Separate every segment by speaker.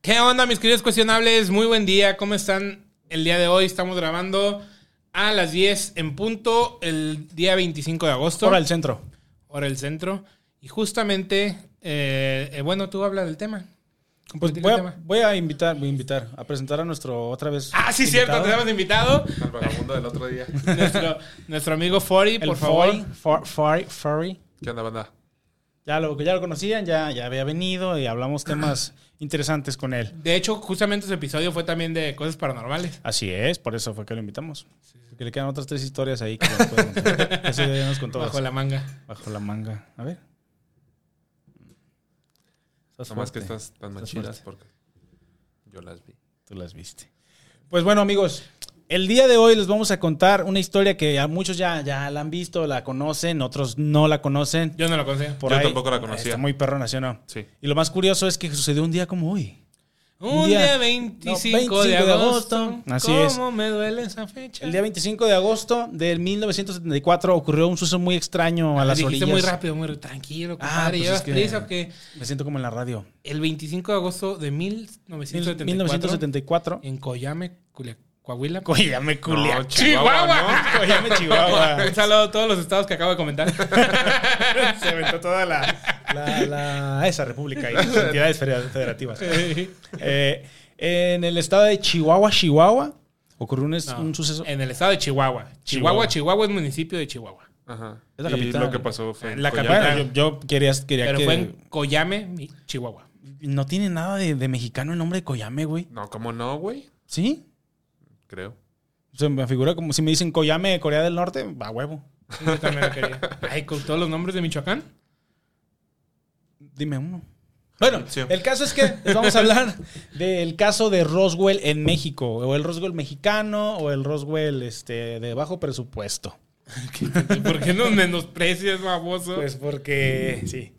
Speaker 1: ¿Qué onda, mis queridos cuestionables? Muy buen día, ¿cómo están? El día de hoy estamos grabando a las 10 en punto, el día 25 de agosto.
Speaker 2: Por el centro.
Speaker 1: hora del centro. Y justamente, eh, eh, bueno, tú habla del tema.
Speaker 2: Pues
Speaker 1: Compartir
Speaker 2: voy
Speaker 1: el
Speaker 2: a,
Speaker 1: tema.
Speaker 2: voy a invitar, voy a invitar a presentar a nuestro otra vez.
Speaker 1: Ah, sí,
Speaker 2: invitado.
Speaker 1: cierto, tenemos invitado.
Speaker 3: Al vagabundo del otro día.
Speaker 1: nuestro, nuestro amigo Fori,
Speaker 2: El
Speaker 1: por favor.
Speaker 2: Fori- Fori- Fori.
Speaker 3: ¿Qué onda, banda?
Speaker 2: Ya lo, ya lo conocían, ya, ya había venido y hablamos temas interesantes con él.
Speaker 1: De hecho, justamente su episodio fue también de cosas paranormales.
Speaker 2: Así es, por eso fue que lo invitamos. Porque le quedan otras tres historias ahí que nos puede contar. Eso ya nos contó.
Speaker 1: Bajo la manga.
Speaker 2: bajo la manga. A ver. Estás
Speaker 3: Nomás
Speaker 2: fuerte.
Speaker 3: que estás tan
Speaker 2: Estás
Speaker 3: machilas
Speaker 2: fuerte.
Speaker 3: porque yo las vi.
Speaker 2: Tú las viste. Pues bueno, amigos, el día de hoy les vamos a contar una historia que a muchos ya, ya la han visto, la conocen, otros no la conocen.
Speaker 1: Yo no lo conocía.
Speaker 2: Por
Speaker 3: Yo tampoco la conocía.
Speaker 2: Está muy perro nacional.
Speaker 3: Sí.
Speaker 2: Y lo más curioso es que sucedió un día como hoy.
Speaker 1: Un
Speaker 2: día-
Speaker 1: día,
Speaker 2: no,
Speaker 1: 25, de
Speaker 2: 25 de
Speaker 1: agosto.
Speaker 2: agosto. Así
Speaker 1: ¿Cómo
Speaker 2: es.
Speaker 1: me duele esa fecha?
Speaker 2: El día 25 de agosto de 1974 ocurrió un suceso muy extraño a las
Speaker 1: Dijiste
Speaker 2: orillas.
Speaker 1: muy rápido, muy tranquilo, compadre.
Speaker 2: pues
Speaker 1: ¿Llevas
Speaker 2: es que-
Speaker 1: prisa o qué?
Speaker 2: Me siento como en la radio.
Speaker 1: El 25 de agosto de 1974.
Speaker 2: 1974.
Speaker 1: En Coyame, Culia- Coahuila.
Speaker 2: Coyame culia.
Speaker 3: No, Chihuahua,
Speaker 2: ¿no? Coyame, Chihuahua.
Speaker 1: Un saludo a todos los estados que acabo de comentar.
Speaker 2: Se aventó toda la, la- la- esa república y sus entidades federa- federativas. Eh, en el estado de Chihuahua, Chihuahua, ocurrió un, es-
Speaker 1: No,
Speaker 2: un suceso.
Speaker 1: En el estado de Chihuahua. Chihuahua, Chihuahua,
Speaker 2: Chihuahua.
Speaker 1: es municipio de Chihuahua.
Speaker 3: Ajá.
Speaker 2: Es la
Speaker 3: y
Speaker 2: capital.
Speaker 3: lo que pasó fue. en
Speaker 1: La
Speaker 3: Coyoacán.
Speaker 1: capital.
Speaker 2: Bueno, yo, yo quería, quería
Speaker 1: Pero
Speaker 2: que.
Speaker 1: fue en Coyame, mi- Chihuahua.
Speaker 2: No tiene nada de, de mexicano el nombre de Coyame, güey.
Speaker 3: No, ¿cómo no, güey?
Speaker 2: ¿Sí?
Speaker 3: Creo.
Speaker 2: Se me figura como si me dicen Coyame de Corea del Norte, a huevo.
Speaker 1: Sí, yo también lo quería. Ay, con todos los nombres de Michoacán.
Speaker 2: Dime uno. Bueno,
Speaker 3: Sí.
Speaker 2: el caso es que les vamos a hablar del caso de Roswell en México, o el Roswell mexicano, o el Roswell este, de bajo presupuesto.
Speaker 1: ¿Por qué nos menosprecias, baboso?
Speaker 2: Pues porque sí.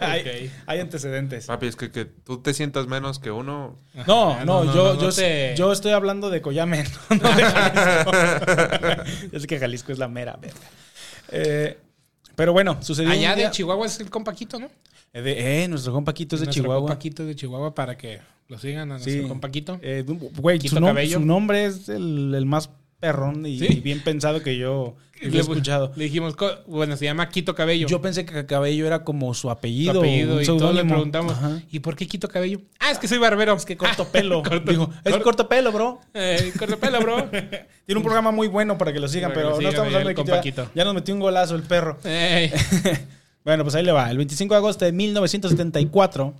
Speaker 2: hay,
Speaker 1: Ok.
Speaker 2: hay antecedentes.
Speaker 3: Papi, es que, que tú te sientas menos que uno.
Speaker 2: No,
Speaker 1: Ah,
Speaker 2: no, yo, yo,
Speaker 1: te-
Speaker 2: yo estoy hablando de Coyame, no, no de Jalisco. es que Jalisco es la mera verga. Eh, pero bueno, sucedió.
Speaker 1: Allá
Speaker 2: un día-
Speaker 1: de Chihuahua es el compaquito, ¿no?
Speaker 2: Eh, de- eh, nuestro compaquito es de
Speaker 1: Nuestro
Speaker 2: Chihuahua.
Speaker 1: Compaquito de Chihuahua para que lo sigan a nuestro
Speaker 2: Sí.
Speaker 1: compaquito.
Speaker 2: Eh, du- güey,
Speaker 1: Quito
Speaker 2: su, nom-
Speaker 1: Cabello.
Speaker 2: su nombre es el, el más perrón y,
Speaker 1: Sí.
Speaker 2: y bien pensado que yo yo he
Speaker 1: Le-
Speaker 2: escuchado.
Speaker 1: Le dijimos, co- bueno, se llama Quito Cabello.
Speaker 2: Yo pensé que Cabello era como su
Speaker 1: Su
Speaker 2: apellido,
Speaker 1: apellido,
Speaker 2: un
Speaker 1: y todos le
Speaker 2: seudónimo.
Speaker 1: preguntamos,
Speaker 2: Ajá.
Speaker 1: ¿y por qué Quito Cabello? Ah, es que soy barbero. Es que
Speaker 2: Corto pelo.
Speaker 1: Corto-
Speaker 2: Digo, es
Speaker 1: corto-
Speaker 2: corto pelo, bro.
Speaker 1: Eh, corto pelo, bro.
Speaker 2: Tiene un programa muy bueno para que lo sigan,
Speaker 1: Para que
Speaker 2: pero
Speaker 1: lo
Speaker 2: no
Speaker 1: sigan,
Speaker 2: estamos
Speaker 1: ahí
Speaker 2: hablando de
Speaker 1: el
Speaker 2: Quito.
Speaker 1: compaquito.
Speaker 2: Ya, ya nos metió un golazo el perro.
Speaker 1: Ey.
Speaker 2: Bueno, pues ahí le va. El 25 de agosto de 1974,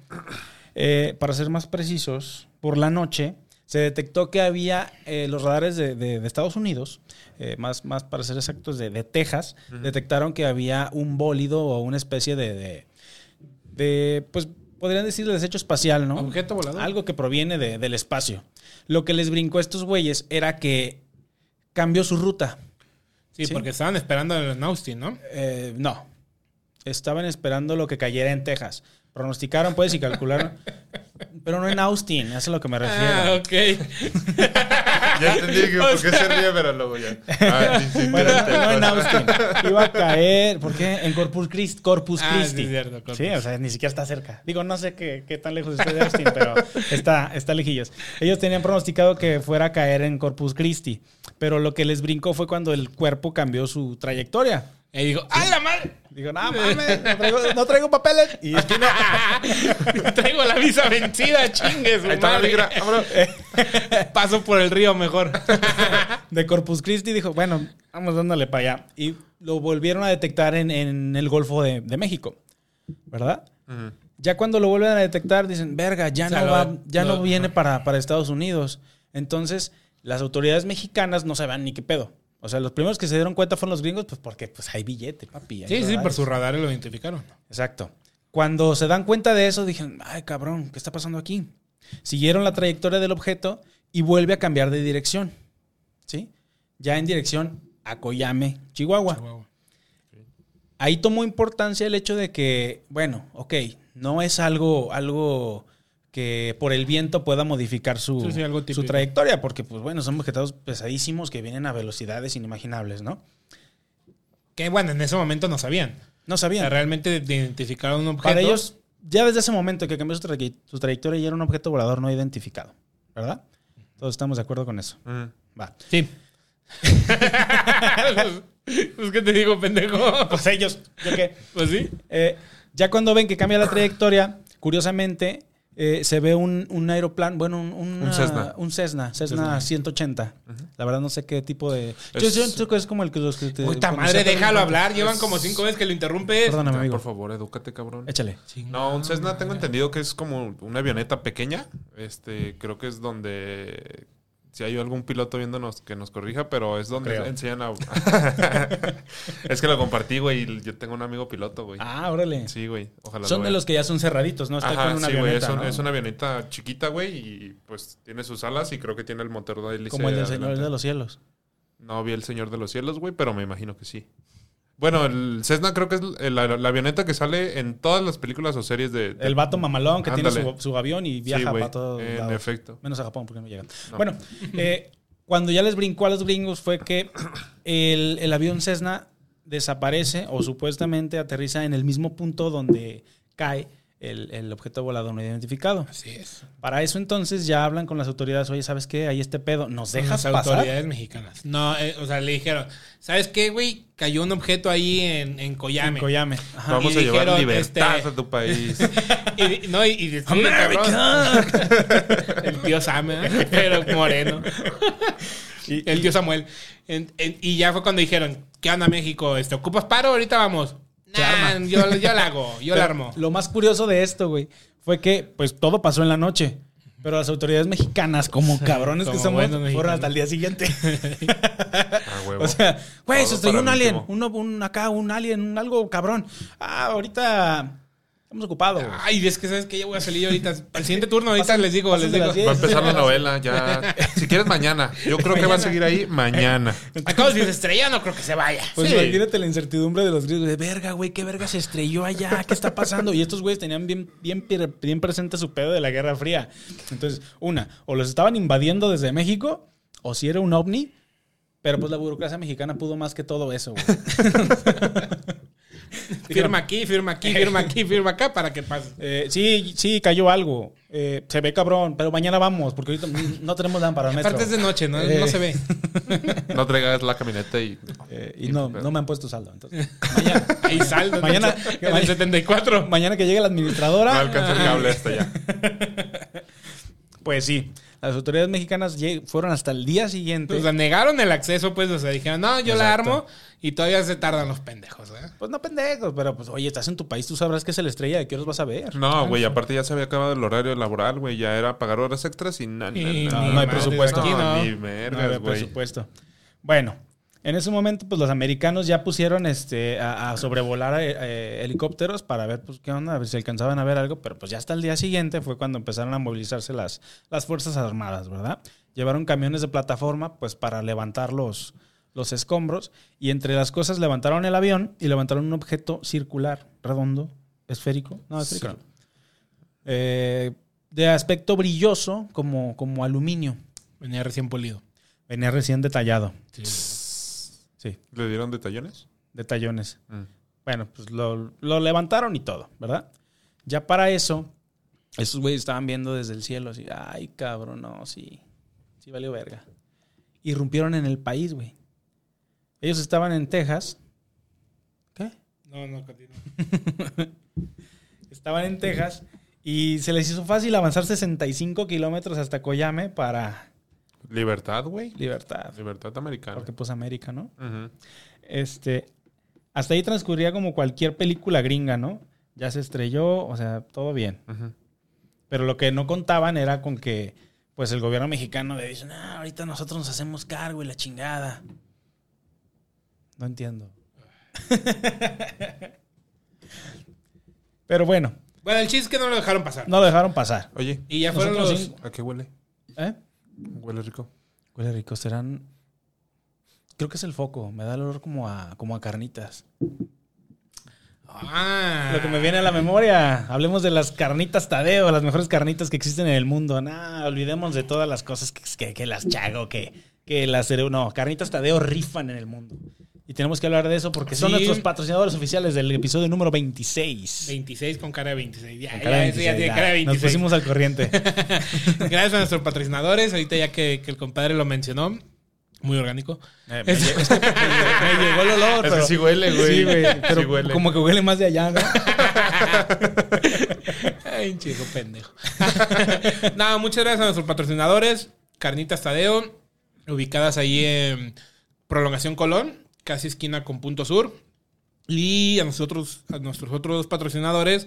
Speaker 2: eh, para ser más precisos, por la noche se detectó que había eh, los radares de, de- de Estados Unidos, eh, más, más para ser exactos, de, de Texas, detectaron que había un bólido o una especie de, de, de, pues podrían decirle desecho espacial, ¿no?
Speaker 1: Objeto volador.
Speaker 2: Algo que proviene de- del espacio. Lo que les brincó a estos güeyes era que cambió su ruta.
Speaker 1: Sí,
Speaker 2: Sí.
Speaker 1: porque estaban esperando en Austin, ¿no?
Speaker 2: Eh, no. Estaban esperando lo que cayera en Texas. Pronosticaron, pues, y calcularon. Pero no en Austin, eso es a lo que me
Speaker 1: Ah,
Speaker 2: refiero.
Speaker 1: ok.
Speaker 3: Ya entendí que
Speaker 1: O
Speaker 3: por qué se ríe, pero luego ya. Ah, sí, sí,
Speaker 2: Bueno,
Speaker 3: interesante.
Speaker 2: no, no en Austin. Iba a caer, ¿por qué? En Corpus, Christi. Corpus
Speaker 1: Ah,
Speaker 2: Christi.
Speaker 1: sí, es cierto, Corpus.
Speaker 2: Sí, o sea, ni siquiera está cerca. Digo, no sé qué, qué tan lejos esté de Austin, pero está, está lejillos. Ellos tenían pronosticado que fuera a caer en Corpus Christi. Pero lo que les brincó fue cuando el cuerpo cambió su trayectoria.
Speaker 1: Y dijo, ¡ah, la madre!
Speaker 2: Digo, no mames, no traigo, no traigo papeles. Y
Speaker 1: Traigo la visa vencida, chingues.
Speaker 3: Ahí está la migra. Vámonos.
Speaker 1: Paso por el río mejor.
Speaker 2: de Corpus Christi dijo, bueno, vamos dándole para allá. Y lo volvieron a detectar en, en el Golfo de, de México, ¿verdad?
Speaker 3: Ujú.
Speaker 2: Ya cuando lo vuelven a detectar, dicen, verga, ya
Speaker 1: O sea,
Speaker 2: no,
Speaker 1: lo-
Speaker 2: va, ya
Speaker 1: lo-
Speaker 2: no viene para, para Estados Unidos. Entonces, las autoridades mexicanas no sabían ni qué pedo. O sea, los primeros que se dieron cuenta fueron los gringos, pues porque pues hay billete, papi. hay
Speaker 1: Sí, sí,
Speaker 2: dólares.
Speaker 1: por su radar lo identificaron.
Speaker 2: Exacto. Cuando se dan cuenta de eso, dijeron, ay cabrón, ¿qué está pasando aquí? Siguieron la trayectoria del objeto y vuelve a cambiar de dirección. ¿Sí? Ya en dirección a Coyame, Chihuahua.
Speaker 1: Chihuahua.
Speaker 2: Ahí tomó importancia el hecho de que, bueno, ok, no es algo, algo que por el viento pueda modificar su,
Speaker 1: Sí, sí, algo típico.
Speaker 2: su trayectoria, porque pues bueno, son vegetados pesadísimos que vienen a velocidades inimaginables, ¿no?
Speaker 1: Que bueno, en ese momento no sabían.
Speaker 2: No
Speaker 1: O sea,
Speaker 2: sabían.
Speaker 1: realmente identificaron un objeto.
Speaker 2: Para ellos ya desde ese momento que cambió su, traje- su trayectoria y era un objeto volador no identificado, ¿verdad? Todos estamos de acuerdo con eso.
Speaker 3: Ujú.
Speaker 2: Va.
Speaker 1: Sí. es que pues, te digo, pendejo.
Speaker 2: Pues ellos, ¿yo qué?
Speaker 1: Pues sí.
Speaker 2: Eh, ya cuando ven que cambia la trayectoria, curiosamente, eh, se ve un, un aeroplan, bueno, un, una-
Speaker 3: Un Cessna.
Speaker 2: un Cessna, Cessna
Speaker 1: Cessna.
Speaker 2: 180. La verdad no sé qué tipo de... Yo
Speaker 3: Es-
Speaker 2: siento que es como el que los que te...
Speaker 1: Puta
Speaker 2: Eh, cuando
Speaker 1: madre,
Speaker 2: se-
Speaker 1: déjalo hablar. Llevan como cinco veces que lo interrumpes.
Speaker 2: Perdóname,
Speaker 3: Ya,
Speaker 2: amigo.
Speaker 3: Por favor, edúcate, cabrón.
Speaker 2: Échale.
Speaker 3: No,
Speaker 2: Ah,
Speaker 3: un Cessna tengo entendido que es como una avioneta pequeña. Este, creo que es donde si hay algún piloto viéndonos que nos corrija, pero es donde
Speaker 2: Creo.
Speaker 3: enseñan a Es que lo compartí, güey, y yo tengo un amigo piloto, güey.
Speaker 2: Ah, órale.
Speaker 3: Sí, güey. Ojalá
Speaker 2: Son de los que ya son cerraditos, ¿no? Está
Speaker 3: Ajá,
Speaker 2: con una
Speaker 3: sí, güey,
Speaker 2: avioneta,
Speaker 3: es, un-
Speaker 2: ¿no?
Speaker 3: es una avioneta chiquita, güey, y pues tiene sus alas y creo que tiene el motor de hélice
Speaker 2: Como el del
Speaker 3: adelante.
Speaker 2: Señor de los Cielos.
Speaker 3: No vi el Señor de los Cielos, güey, pero me imagino que sí. Bueno, el Cessna creo que es la, la avioneta que sale en todas las películas o series de... de-
Speaker 2: El vato mamalón que tiene
Speaker 3: Ándale.
Speaker 2: su, su avión y
Speaker 3: Sí,
Speaker 2: viaja
Speaker 3: güey,
Speaker 2: para todos
Speaker 3: En
Speaker 2: lados.
Speaker 3: efecto.
Speaker 2: Menos a Japón porque no llegan.
Speaker 3: No.
Speaker 2: Bueno, eh, cuando ya les brincó a los gringos fue que el, el avión Cessna desaparece o supuestamente aterriza en el mismo punto donde cae el, el objeto volador no identificado.
Speaker 1: Así es.
Speaker 2: Para eso entonces ya hablan con las autoridades, oye, ¿sabes qué? Ahí este pedo, ¿nos dejas
Speaker 1: Las
Speaker 2: pasar?
Speaker 1: autoridades mexicanas. No, eh, o sea, le dijeron, ¿sabes qué, güey? Cayó un objeto ahí en, en Coyame.
Speaker 2: En Coyame. Ajá.
Speaker 3: Vamos
Speaker 1: Y
Speaker 3: a llevar
Speaker 1: dijeron,
Speaker 3: libertad
Speaker 1: este-
Speaker 3: a tu país.
Speaker 1: Y, di- no, y, y- sí, cabrón. El tío Sam, ¿eh? pero moreno.
Speaker 2: Y-
Speaker 1: El tío Samuel. En- en- y ya fue cuando dijeron, ¿qué onda México? Este, ¿Ocupas paro? Ahorita vamos.
Speaker 2: Se
Speaker 1: Nah,
Speaker 2: arma.
Speaker 1: yo, yo la hago, yo la armo.
Speaker 2: Lo más curioso de esto, güey, fue que pues todo pasó en la noche. Pero las autoridades mexicanas, como cabrones que
Speaker 1: Como
Speaker 2: somos,
Speaker 1: buenos
Speaker 2: fueron
Speaker 1: mexicanos.
Speaker 2: hasta el día siguiente.
Speaker 3: Ah, huevo.
Speaker 2: O sea, güey,
Speaker 3: Todo
Speaker 2: se estrelló
Speaker 3: para
Speaker 2: un
Speaker 3: el
Speaker 2: alien,
Speaker 3: último.
Speaker 2: un, un acá, un alien, un algo cabrón. Ah, ahorita estamos ocupados. güey.
Speaker 1: Ay, es que sabes que yo voy a salir ahorita. Al siguiente turno, ahorita
Speaker 2: Pasen-
Speaker 1: les digo,
Speaker 2: pasen
Speaker 1: les
Speaker 2: de
Speaker 1: digo.
Speaker 2: las diez.
Speaker 3: va a empezar la novela ya. Si quieres mañana. Yo creo que va a seguir ahí mañana.
Speaker 1: Acabo de estrella, no creo que se vaya.
Speaker 2: Pues
Speaker 3: Sí.
Speaker 2: imagínate la incertidumbre de los griegos. De verga, güey, qué verga se estrelló allá, qué está pasando. Y estos güeyes tenían bien, bien, pre- bien presente su pedo de la Guerra Fría. Entonces, una, o los estaban invadiendo desde México, o si era un ovni. Pero pues la burocracia mexicana pudo más que todo eso, güey.
Speaker 1: Firma aquí, firma aquí, firma aquí, firma acá para que pase.
Speaker 2: Eh, sí, sí, cayó algo. Eh, se ve cabrón, pero mañana vamos, porque ahorita no tenemos lámpara. maestro.
Speaker 1: Aparte es de noche, ¿no?
Speaker 2: Eh.
Speaker 1: No se ve.
Speaker 3: No traigas la camioneta y.
Speaker 2: Eh, y no, no me han puesto saldo. Entonces,
Speaker 1: Ahí saldo.
Speaker 2: Mañana-
Speaker 1: en el 74.
Speaker 2: mañana que llegue la
Speaker 3: No
Speaker 2: administradora,
Speaker 3: alcanza el cable hasta allá.
Speaker 2: pues sí. Las autoridades mexicanas lleg- fueron hasta el día siguiente.
Speaker 1: O sea, negaron el acceso, pues, o sea, dijeron, no, yo la
Speaker 2: Exacto.
Speaker 1: armo y todavía se tardan los pendejos, ¿eh?
Speaker 2: pues no pendejos, pero pues oye, estás en tu país, tú sabrás que es la estrella, ¿de qué horas vas a ver?
Speaker 3: No, güey, aparte ya se había acabado el horario laboral, güey. Ya era pagar horas extras y nada.
Speaker 1: Y
Speaker 2: no hay presupuesto.
Speaker 1: aquí no.
Speaker 2: No
Speaker 3: Ni
Speaker 2: había
Speaker 3: vergas, güey.
Speaker 2: presupuesto. Bueno, en ese momento, pues los americanos ya pusieron este a, a sobrevolar eh, eh, helicópteros para ver pues qué onda, a ver si alcanzaban a ver algo, pero pues ya hasta el día siguiente fue cuando empezaron a movilizarse las, las Fuerzas Armadas, ¿verdad? Llevaron camiones de plataforma pues para levantar los, los escombros y entre las cosas levantaron el avión y levantaron un objeto circular, redondo, esférico, no, esférico no. Eh, de aspecto brilloso como, como aluminio.
Speaker 1: Venía recién polido.
Speaker 2: Venía recién detallado. Sí,
Speaker 3: ¿Le dieron detallones?
Speaker 2: detallones.
Speaker 3: Mm.
Speaker 2: Bueno, pues lo, lo levantaron y todo, ¿verdad? Ya para eso, esos güeyes estaban viendo desde el cielo así, ay, cabrón, no, sí, sí valió verga. Irrumpieron en el país, güey. Ellos estaban en Texas. ¿Qué?
Speaker 1: No, no, continúa.
Speaker 2: Estaban en Texas y se les hizo fácil avanzar 65 kilómetros hasta Coyame para
Speaker 3: Libertad, güey.
Speaker 2: libertad.
Speaker 3: Libertad americana.
Speaker 2: Porque pues América, ¿no?
Speaker 3: Ujú.
Speaker 2: Este, hasta ahí transcurría como cualquier película gringa, ¿no? Ya se estrelló, o sea, todo bien.
Speaker 3: Ujú.
Speaker 2: Pero lo que no contaban era con que, pues, el gobierno mexicano le dice, no, ahorita nosotros nos hacemos cargo y la chingada. No entiendo. Pero bueno,
Speaker 1: Bueno, el chiste es que no lo dejaron pasar.
Speaker 2: no lo dejaron pasar.
Speaker 3: Oye,
Speaker 1: Y ya fueron
Speaker 2: Nosotros
Speaker 1: los...
Speaker 2: sí.
Speaker 3: ¿a qué huele?
Speaker 2: ¿Eh?
Speaker 3: Huele rico.
Speaker 2: Huele rico, serán... Creo que es el foco, me da el olor como a, como a carnitas.
Speaker 1: Ah.
Speaker 2: Lo que me viene a la memoria. Hablemos de las carnitas Tadeo, las mejores carnitas que existen en el mundo. Nah, olvidemos de todas las cosas que, que- que las chago, que, que las cereu- No, carnitas Tadeo rifan en el mundo. Y tenemos que hablar de eso porque son
Speaker 1: Sí.
Speaker 2: nuestros patrocinadores oficiales del episodio número 26.
Speaker 1: 26 con cara de 26. Ya,
Speaker 2: Con
Speaker 1: ya,
Speaker 2: cara de
Speaker 1: eso ya
Speaker 2: 26,
Speaker 1: tiene
Speaker 2: ya.
Speaker 1: cara de
Speaker 2: Nos
Speaker 1: 26.
Speaker 2: pusimos al corriente.
Speaker 1: Gracias a nuestros patrocinadores. Ahorita ya que, que el compadre lo mencionó. Muy orgánico.
Speaker 2: Eh, me, lle- es que me- me llegó el olor.
Speaker 3: Es que sí huele, güey.
Speaker 2: Sí, güey.
Speaker 3: Sí
Speaker 2: Pero
Speaker 3: huele.
Speaker 2: como que huele más de allá, ¿no?
Speaker 1: Ay, chico pendejo. Nada, muchas gracias a nuestros patrocinadores. Carnitas Tadeo, ubicadas ahí en Prolongación Colón, casi esquina con Punto Sur. Y a nosotros, a nuestros otros patrocinadores,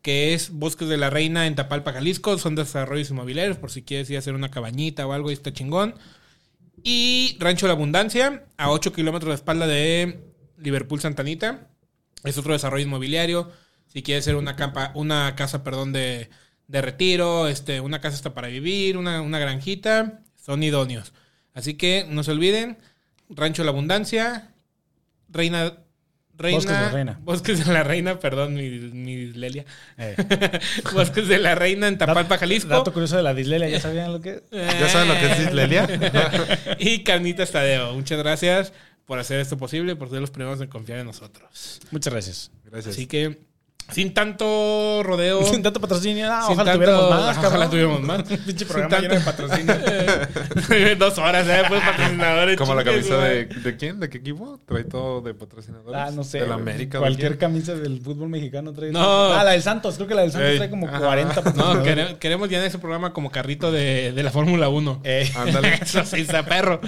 Speaker 1: que es Bosques de la Reina en Tapalpa, Jalisco. Son desarrollos inmobiliarios, por si quieres ir a hacer una cabañita o algo, ahí está chingón. Y Rancho La Abundancia, a 8 kilómetros de espalda de Liverpool Santanita. Es otro desarrollo inmobiliario. Si quieres ser una, campa, una casa perdón, de, de retiro, este, una casa hasta para vivir, una, una granjita, son idóneos. Así que no se olviden, Rancho La Abundancia, Reina... Reina,
Speaker 2: Bosques de la Reina.
Speaker 1: Bosques de la Reina, perdón, mi, mi Lelia.
Speaker 2: Eh,
Speaker 1: Bosques de la Reina en Tapalpa, Jalisco.
Speaker 2: Dato curioso de la dislelia, ¿ya sabían lo que
Speaker 3: ¿Ya saben lo que es Dislelia?
Speaker 1: Eh, y Carnitas Tadeo, muchas gracias por hacer esto posible, por ser los primeros en confiar en nosotros.
Speaker 2: Muchas gracias.
Speaker 3: Gracias.
Speaker 1: Así que, sin tanto rodeo.
Speaker 2: Sin tanto patrocinio, no,
Speaker 1: sin
Speaker 2: ojalá
Speaker 1: tanto-
Speaker 2: tuviéramos más,
Speaker 1: ojalá
Speaker 2: cabrón.
Speaker 1: tuviéramos más.
Speaker 2: Pinche
Speaker 1: Sin
Speaker 2: programa
Speaker 1: tanto-
Speaker 2: lleno de patrocinio.
Speaker 1: Eh, Dos horas, ¿eh? Pues patrocinadores.
Speaker 3: Como la
Speaker 1: chingues,
Speaker 3: camisa de,
Speaker 1: güey.
Speaker 3: de quién, de qué equipo, trae todo de patrocinadores.
Speaker 2: Ah, no sé.
Speaker 3: De la
Speaker 2: güey.
Speaker 3: América.
Speaker 2: Cualquier
Speaker 3: Cualquier
Speaker 2: camisa del fútbol mexicano trae.
Speaker 1: No.
Speaker 2: Ah, la del Santos. Creo que la del Santos
Speaker 3: Ey.
Speaker 2: trae como
Speaker 3: Ajá.
Speaker 1: No,
Speaker 2: 40. patrocinadores.
Speaker 1: quere- queremos ya en ese programa como carrito de, de la Fórmula 1.
Speaker 2: Eh,
Speaker 3: Ándale.
Speaker 1: Eso sí está perro.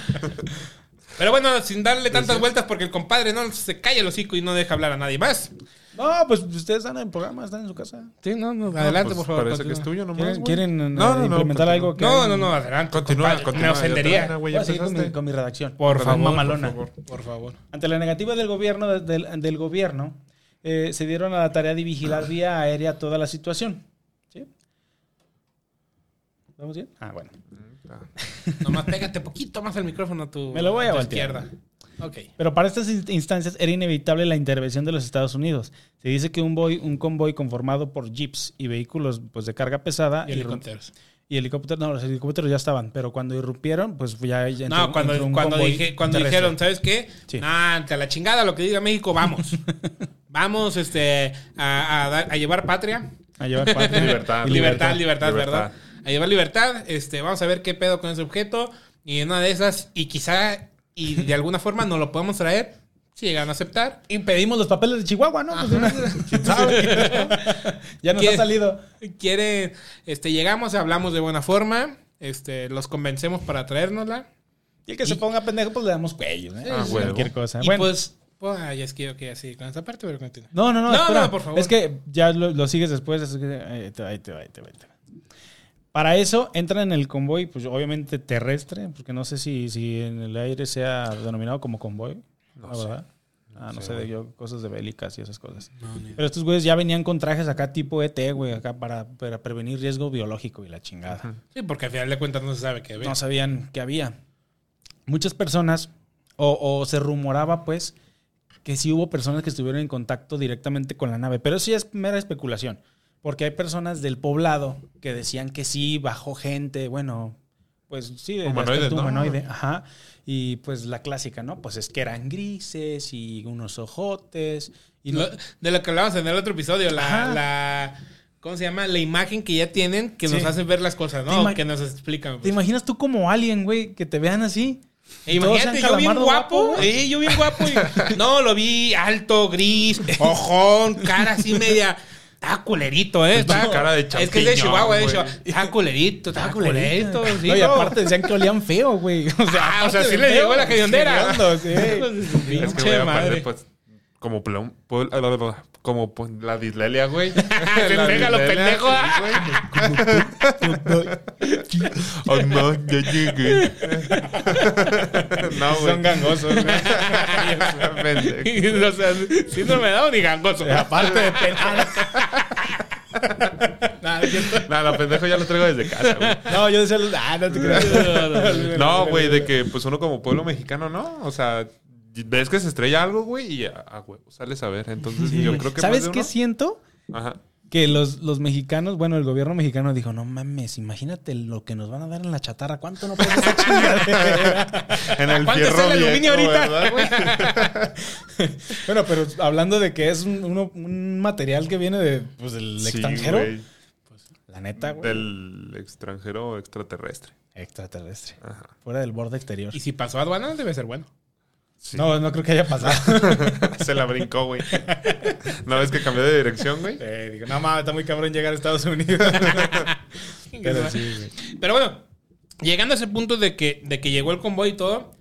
Speaker 1: Pero bueno, sin
Speaker 3: Pues
Speaker 1: darle tantas vueltas porque el compadre no se calla el hocico y no deja hablar a nadie más.
Speaker 2: No, pues ustedes están en el programa, están en su casa.
Speaker 1: Sí, no, no,
Speaker 3: No,
Speaker 1: adelante, por
Speaker 3: pues,
Speaker 1: favor.
Speaker 3: Parece
Speaker 1: continúa.
Speaker 3: que es tuyo nomás.
Speaker 2: ¿Quieren,
Speaker 3: güey.
Speaker 2: quieren, eh,
Speaker 3: No, no, no,
Speaker 2: implementar
Speaker 3: continúa.
Speaker 2: algo que.
Speaker 1: No, no, no, adelante.
Speaker 3: Continúa,
Speaker 1: compadre.
Speaker 3: continúa.
Speaker 1: Me
Speaker 3: ya termina,
Speaker 1: ofendería.
Speaker 3: güey,
Speaker 2: Voy
Speaker 3: ya
Speaker 2: a seguir con mi,
Speaker 3: empezaste.
Speaker 2: con mi redacción.
Speaker 1: Por
Speaker 2: Redacción
Speaker 1: favor,
Speaker 2: mamalona.
Speaker 3: por favor.
Speaker 1: Por favor.
Speaker 2: Ante la negativa del gobierno, del, del gobierno eh, se dieron a la tarea de vigilar vía aérea toda la situación. ¿Sí? ¿Vamos bien? Ah, bueno.
Speaker 3: Ah,
Speaker 1: Nomás pégate poquito más al micrófono a tu,
Speaker 2: Me lo voy a
Speaker 1: tu
Speaker 2: voltear.
Speaker 1: izquierda. Ok.
Speaker 2: Pero para estas in- instancias era inevitable la intervención de los Estados Unidos. Se dice que un, boy- un convoy conformado por jeeps y vehículos pues, de carga pesada
Speaker 1: Y
Speaker 2: irru-
Speaker 1: helicópteros.
Speaker 2: y helicópteros, no, los helicópteros ya estaban, pero cuando irrumpieron, pues ya... ya entró-
Speaker 1: No, cuando,
Speaker 2: entró un
Speaker 1: cuando,
Speaker 2: convoy
Speaker 1: dije, cuando
Speaker 2: terrestre.
Speaker 1: dijeron, ¿sabes qué?
Speaker 2: Sí.
Speaker 1: Nah, ante la chingada lo que diga México, vamos. vamos este, a, a dar- a llevar patria.
Speaker 2: A llevar patria.
Speaker 3: Libertad.
Speaker 2: Y
Speaker 1: Libertad, libertad,
Speaker 3: Libertad.
Speaker 1: ¿verdad? A llevar libertad. Este, vamos a ver qué pedo con ese objeto. Y en una de esas, y quizá, y de alguna forma no lo podemos traer. Si llegan a aceptar.
Speaker 2: Y pedimos los papeles de Chihuahua, ¿no? Pues de una- ya nos
Speaker 1: ¿Quién?
Speaker 2: ha salido.
Speaker 1: Quieren, este, llegamos, hablamos de buena forma. Este, los convencemos para traérnosla.
Speaker 2: Y el que se ponga pendejo, pues le damos cuello. ¿eh?
Speaker 3: Ah,
Speaker 2: Es
Speaker 3: huevo.
Speaker 2: cualquier cosa.
Speaker 1: Y
Speaker 2: Bueno.
Speaker 1: pues, pues, ay, es que yo quedé así con esta parte, pero continúa.
Speaker 2: No, no, no.
Speaker 1: No,
Speaker 2: espera.
Speaker 1: no, por favor.
Speaker 2: Es que ya lo, lo sigues después. es que- eh, ahí te va, ahí te va, ahí te va, ahí te va. Para eso entran en el convoy, pues obviamente terrestre, porque no sé si, si en el aire sea denominado como convoy.
Speaker 3: No
Speaker 2: la
Speaker 3: sé.
Speaker 2: verdad. Ah, no
Speaker 3: sé,
Speaker 2: sé, de
Speaker 3: güey.
Speaker 2: yo, cosas de bélicas y esas cosas.
Speaker 1: No, ni-
Speaker 2: Pero estos güeyes ya venían con trajes acá tipo ET, güey, acá para, para prevenir riesgo biológico y la chingada.
Speaker 1: Sí, porque al final de cuentas no se sabe qué
Speaker 2: no
Speaker 1: ver.
Speaker 2: sabían que había. Muchas personas, o, o se rumoraba pues, que sí hubo personas que estuvieron en contacto directamente con la nave, pero eso ya es mera especulación, porque hay personas del poblado que decían que sí, bajó gente, bueno, pues sí, de
Speaker 3: Humanoides,
Speaker 2: aspecto
Speaker 3: ¿no?
Speaker 2: humanoide, ajá, y pues la clásica, ¿no? Pues es que eran grises y unos ojotes, y
Speaker 1: Lo-
Speaker 2: no-
Speaker 1: de lo que hablábamos en el otro episodio, la,
Speaker 2: Ajá.
Speaker 1: la- ¿cómo se llama? La imagen que ya tienen que nos
Speaker 2: Sí.
Speaker 1: hacen ver las cosas,
Speaker 2: Te
Speaker 1: ¿no?
Speaker 2: ima-
Speaker 1: Que nos explican.
Speaker 2: ¿Te
Speaker 1: pues.
Speaker 2: imaginas tú como alien, güey, que te vean así?
Speaker 1: E
Speaker 2: Y todos
Speaker 1: imagínate,
Speaker 2: sean
Speaker 1: yo bien
Speaker 2: calamardo
Speaker 1: guapo.
Speaker 2: güey.
Speaker 1: eh, yo bien guapo. y- no, lo vi alto, gris, ojón, cara así media. Está culerito, ¿eh?
Speaker 3: Pues,
Speaker 1: Está-
Speaker 3: cara de
Speaker 1: Es que es de
Speaker 3: champiñón,
Speaker 1: Chihuahua, es de
Speaker 3: güey.
Speaker 1: Chihuahua. Está culerito, está culerito. sí,
Speaker 2: ¿eh? No, y
Speaker 1: no.
Speaker 2: aparte decían que olían feo, güey. O sea,
Speaker 1: Ah, o sea,
Speaker 2: aparte
Speaker 1: sí
Speaker 2: de
Speaker 1: le
Speaker 2: feo,
Speaker 1: llegó la hediondera.
Speaker 2: hediondo, sí.
Speaker 3: Es que,
Speaker 1: Pinche
Speaker 3: güey, aparte,
Speaker 1: madre.
Speaker 3: pues, como, plom- pol- ah, la- la- la- como pon- la dislelia, güey.
Speaker 1: Se
Speaker 3: La
Speaker 1: entrega lo
Speaker 3: dislelia,
Speaker 1: pendejo.
Speaker 3: sí, güey. Oh, no, ya llegué. No, güey.
Speaker 2: Son gangosos, güey.
Speaker 3: Pendejo.
Speaker 1: o sea, síndrome de Down y gangoso.
Speaker 2: Aparte de penal.
Speaker 1: Nada, es cierto.
Speaker 3: No, lo pendejo ya lo traigo desde casa, güey.
Speaker 2: No, yo decía, ah, no te creas.
Speaker 3: No, güey, de que pues uno como pueblo mexicano, ¿no? O sea, ves que se estrella algo, güey, y a, a huevo sales a ver. Entonces, yo creo que más
Speaker 2: ¿Sabes
Speaker 3: de
Speaker 2: qué
Speaker 3: uno-
Speaker 2: siento?
Speaker 3: Ajá.
Speaker 2: que los, los mexicanos, bueno, el gobierno mexicano dijo, no mames, imagínate lo que nos van a dar en la chatarra, ¿cuánto no pesa esa chingadera?"
Speaker 3: En el
Speaker 1: ¿Cuánto es el
Speaker 3: fierro
Speaker 1: aluminio
Speaker 3: viejo,
Speaker 1: ahorita?
Speaker 3: ¿verdad, güey?
Speaker 2: bueno, pero hablando de que es un, uno- un material que viene de, pues, del
Speaker 3: Sí,
Speaker 2: extranjero,
Speaker 3: güey.
Speaker 2: la neta, güey,
Speaker 3: Del extranjero extraterrestre.
Speaker 2: extraterrestre,
Speaker 3: Ajá.
Speaker 2: fuera del borde exterior.
Speaker 1: Y si pasó aduanas, debe ser bueno.
Speaker 3: Sí.
Speaker 2: No, no creo que haya pasado.
Speaker 3: Se la brincó, güey. No ves que cambió de dirección, güey.
Speaker 2: Eh, digo, no mames, está muy cabrón llegar a Estados Unidos. Pero sí, güey.
Speaker 1: Pero bueno, llegando a ese punto de que, de que llegó el convoy y todo,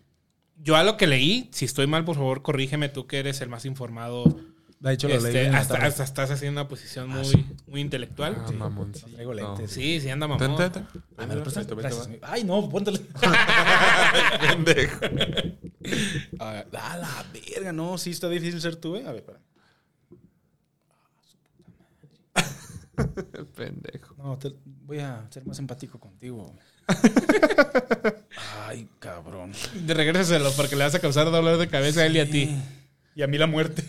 Speaker 1: yo a lo que leí, si estoy mal, por favor, corrígeme tú que eres el más informado.
Speaker 2: De hecho, lo
Speaker 1: Este,
Speaker 2: leí. en la
Speaker 1: hasta,
Speaker 2: tarde. Ah,
Speaker 1: hasta estás haciendo una posición muy, muy intelectual.
Speaker 3: Ah, mamón.
Speaker 2: No pues, traigo lentes.
Speaker 1: Sí, sí, anda
Speaker 3: Ten,
Speaker 1: mamón.
Speaker 3: ten, ten.
Speaker 2: Ah, ¿me lo prestas?
Speaker 3: Vete, vete,
Speaker 2: Gracias,
Speaker 3: va.
Speaker 2: amigo. Ay, no, póntelo.
Speaker 3: Pendejo.
Speaker 2: Ah, ah, la verga, no, sí está difícil ser tú, eh. A ver, espera.
Speaker 3: Pendejo.
Speaker 2: No, te- voy a ser más empático contigo. Ay, cabrón.
Speaker 1: De Regréseselo porque le vas a causar dolor de cabeza a él y a
Speaker 2: Eh.
Speaker 1: ti.
Speaker 2: Y a mí la muerte.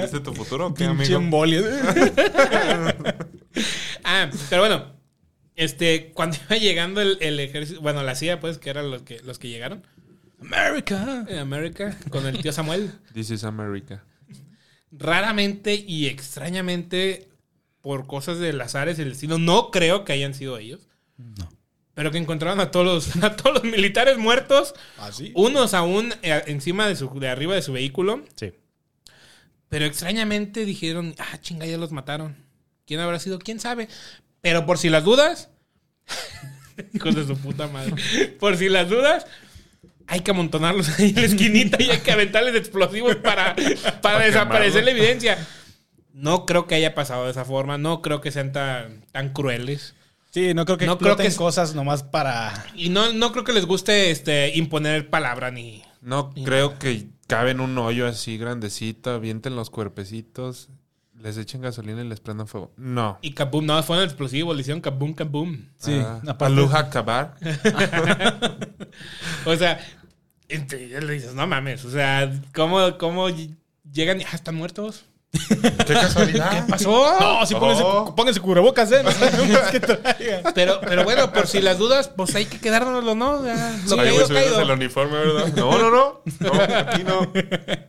Speaker 3: ¿Viste tu futuro o qué,
Speaker 2: Pinche
Speaker 3: amigo?
Speaker 2: embolia. eh.
Speaker 1: Ah, pero bueno, este, cuando iba llegando el, el ejército, bueno, la CIA, pues, que eran los que, los que llegaron
Speaker 2: America.
Speaker 1: en América con el tío Samuel.
Speaker 3: This is America.
Speaker 1: raramente y extrañamente, por cosas del azar es el destino, no creo que hayan sido ellos. Pero que encontraron a todos los, a todos los militares muertos,
Speaker 2: ¿Así?
Speaker 1: unos aún eh, encima de su, de arriba de su vehículo.
Speaker 2: Sí.
Speaker 1: Pero extrañamente dijeron, ah, chinga, ya los mataron. ¿Quién habrá sido? ¿Quién sabe? Pero por si las dudas, hijos de su puta madre, por si las dudas, hay que amontonarlos ahí en la esquinita y hay que aventarles explosivos para, para, desaparecer la
Speaker 3: quemarlos.
Speaker 1: evidencia. No creo que haya pasado de esa forma, no creo que sean tan, tan crueles.
Speaker 2: Sí, no creo que
Speaker 1: No creo
Speaker 2: exploten
Speaker 1: que es-
Speaker 2: cosas nomás para.
Speaker 1: Y no, no creo que les guste este, imponer palabra ni...
Speaker 3: No
Speaker 1: Y
Speaker 3: creo que caben en un hoyo así grandecito, avienten los cuerpecitos, les echen gasolina y les prendan fuego. No.
Speaker 1: Y kaboom, no, fueron explosivos, le hicieron kaboom, kaboom.
Speaker 2: Sí,
Speaker 3: Ah,
Speaker 2: aparte-
Speaker 3: Aluja acabar.
Speaker 1: O sea, este, le dices, no mames, o sea, ¿cómo, cómo llegan y ah, están muertos?
Speaker 3: Qué casualidad.
Speaker 1: ¿Pasó?
Speaker 2: No, sí, pónganse,
Speaker 3: Oh.
Speaker 2: pónganse cubrebocas, eh. No saben más que traigan.
Speaker 1: Pero, pero bueno, por si las dudas, pues hay que quedárnoslo, ¿no? Ya, Lo
Speaker 3: Oye,
Speaker 1: caído,
Speaker 3: güey, subimos
Speaker 1: caído.
Speaker 3: el uniforme, ¿verdad? No, no, no. No, aquí no.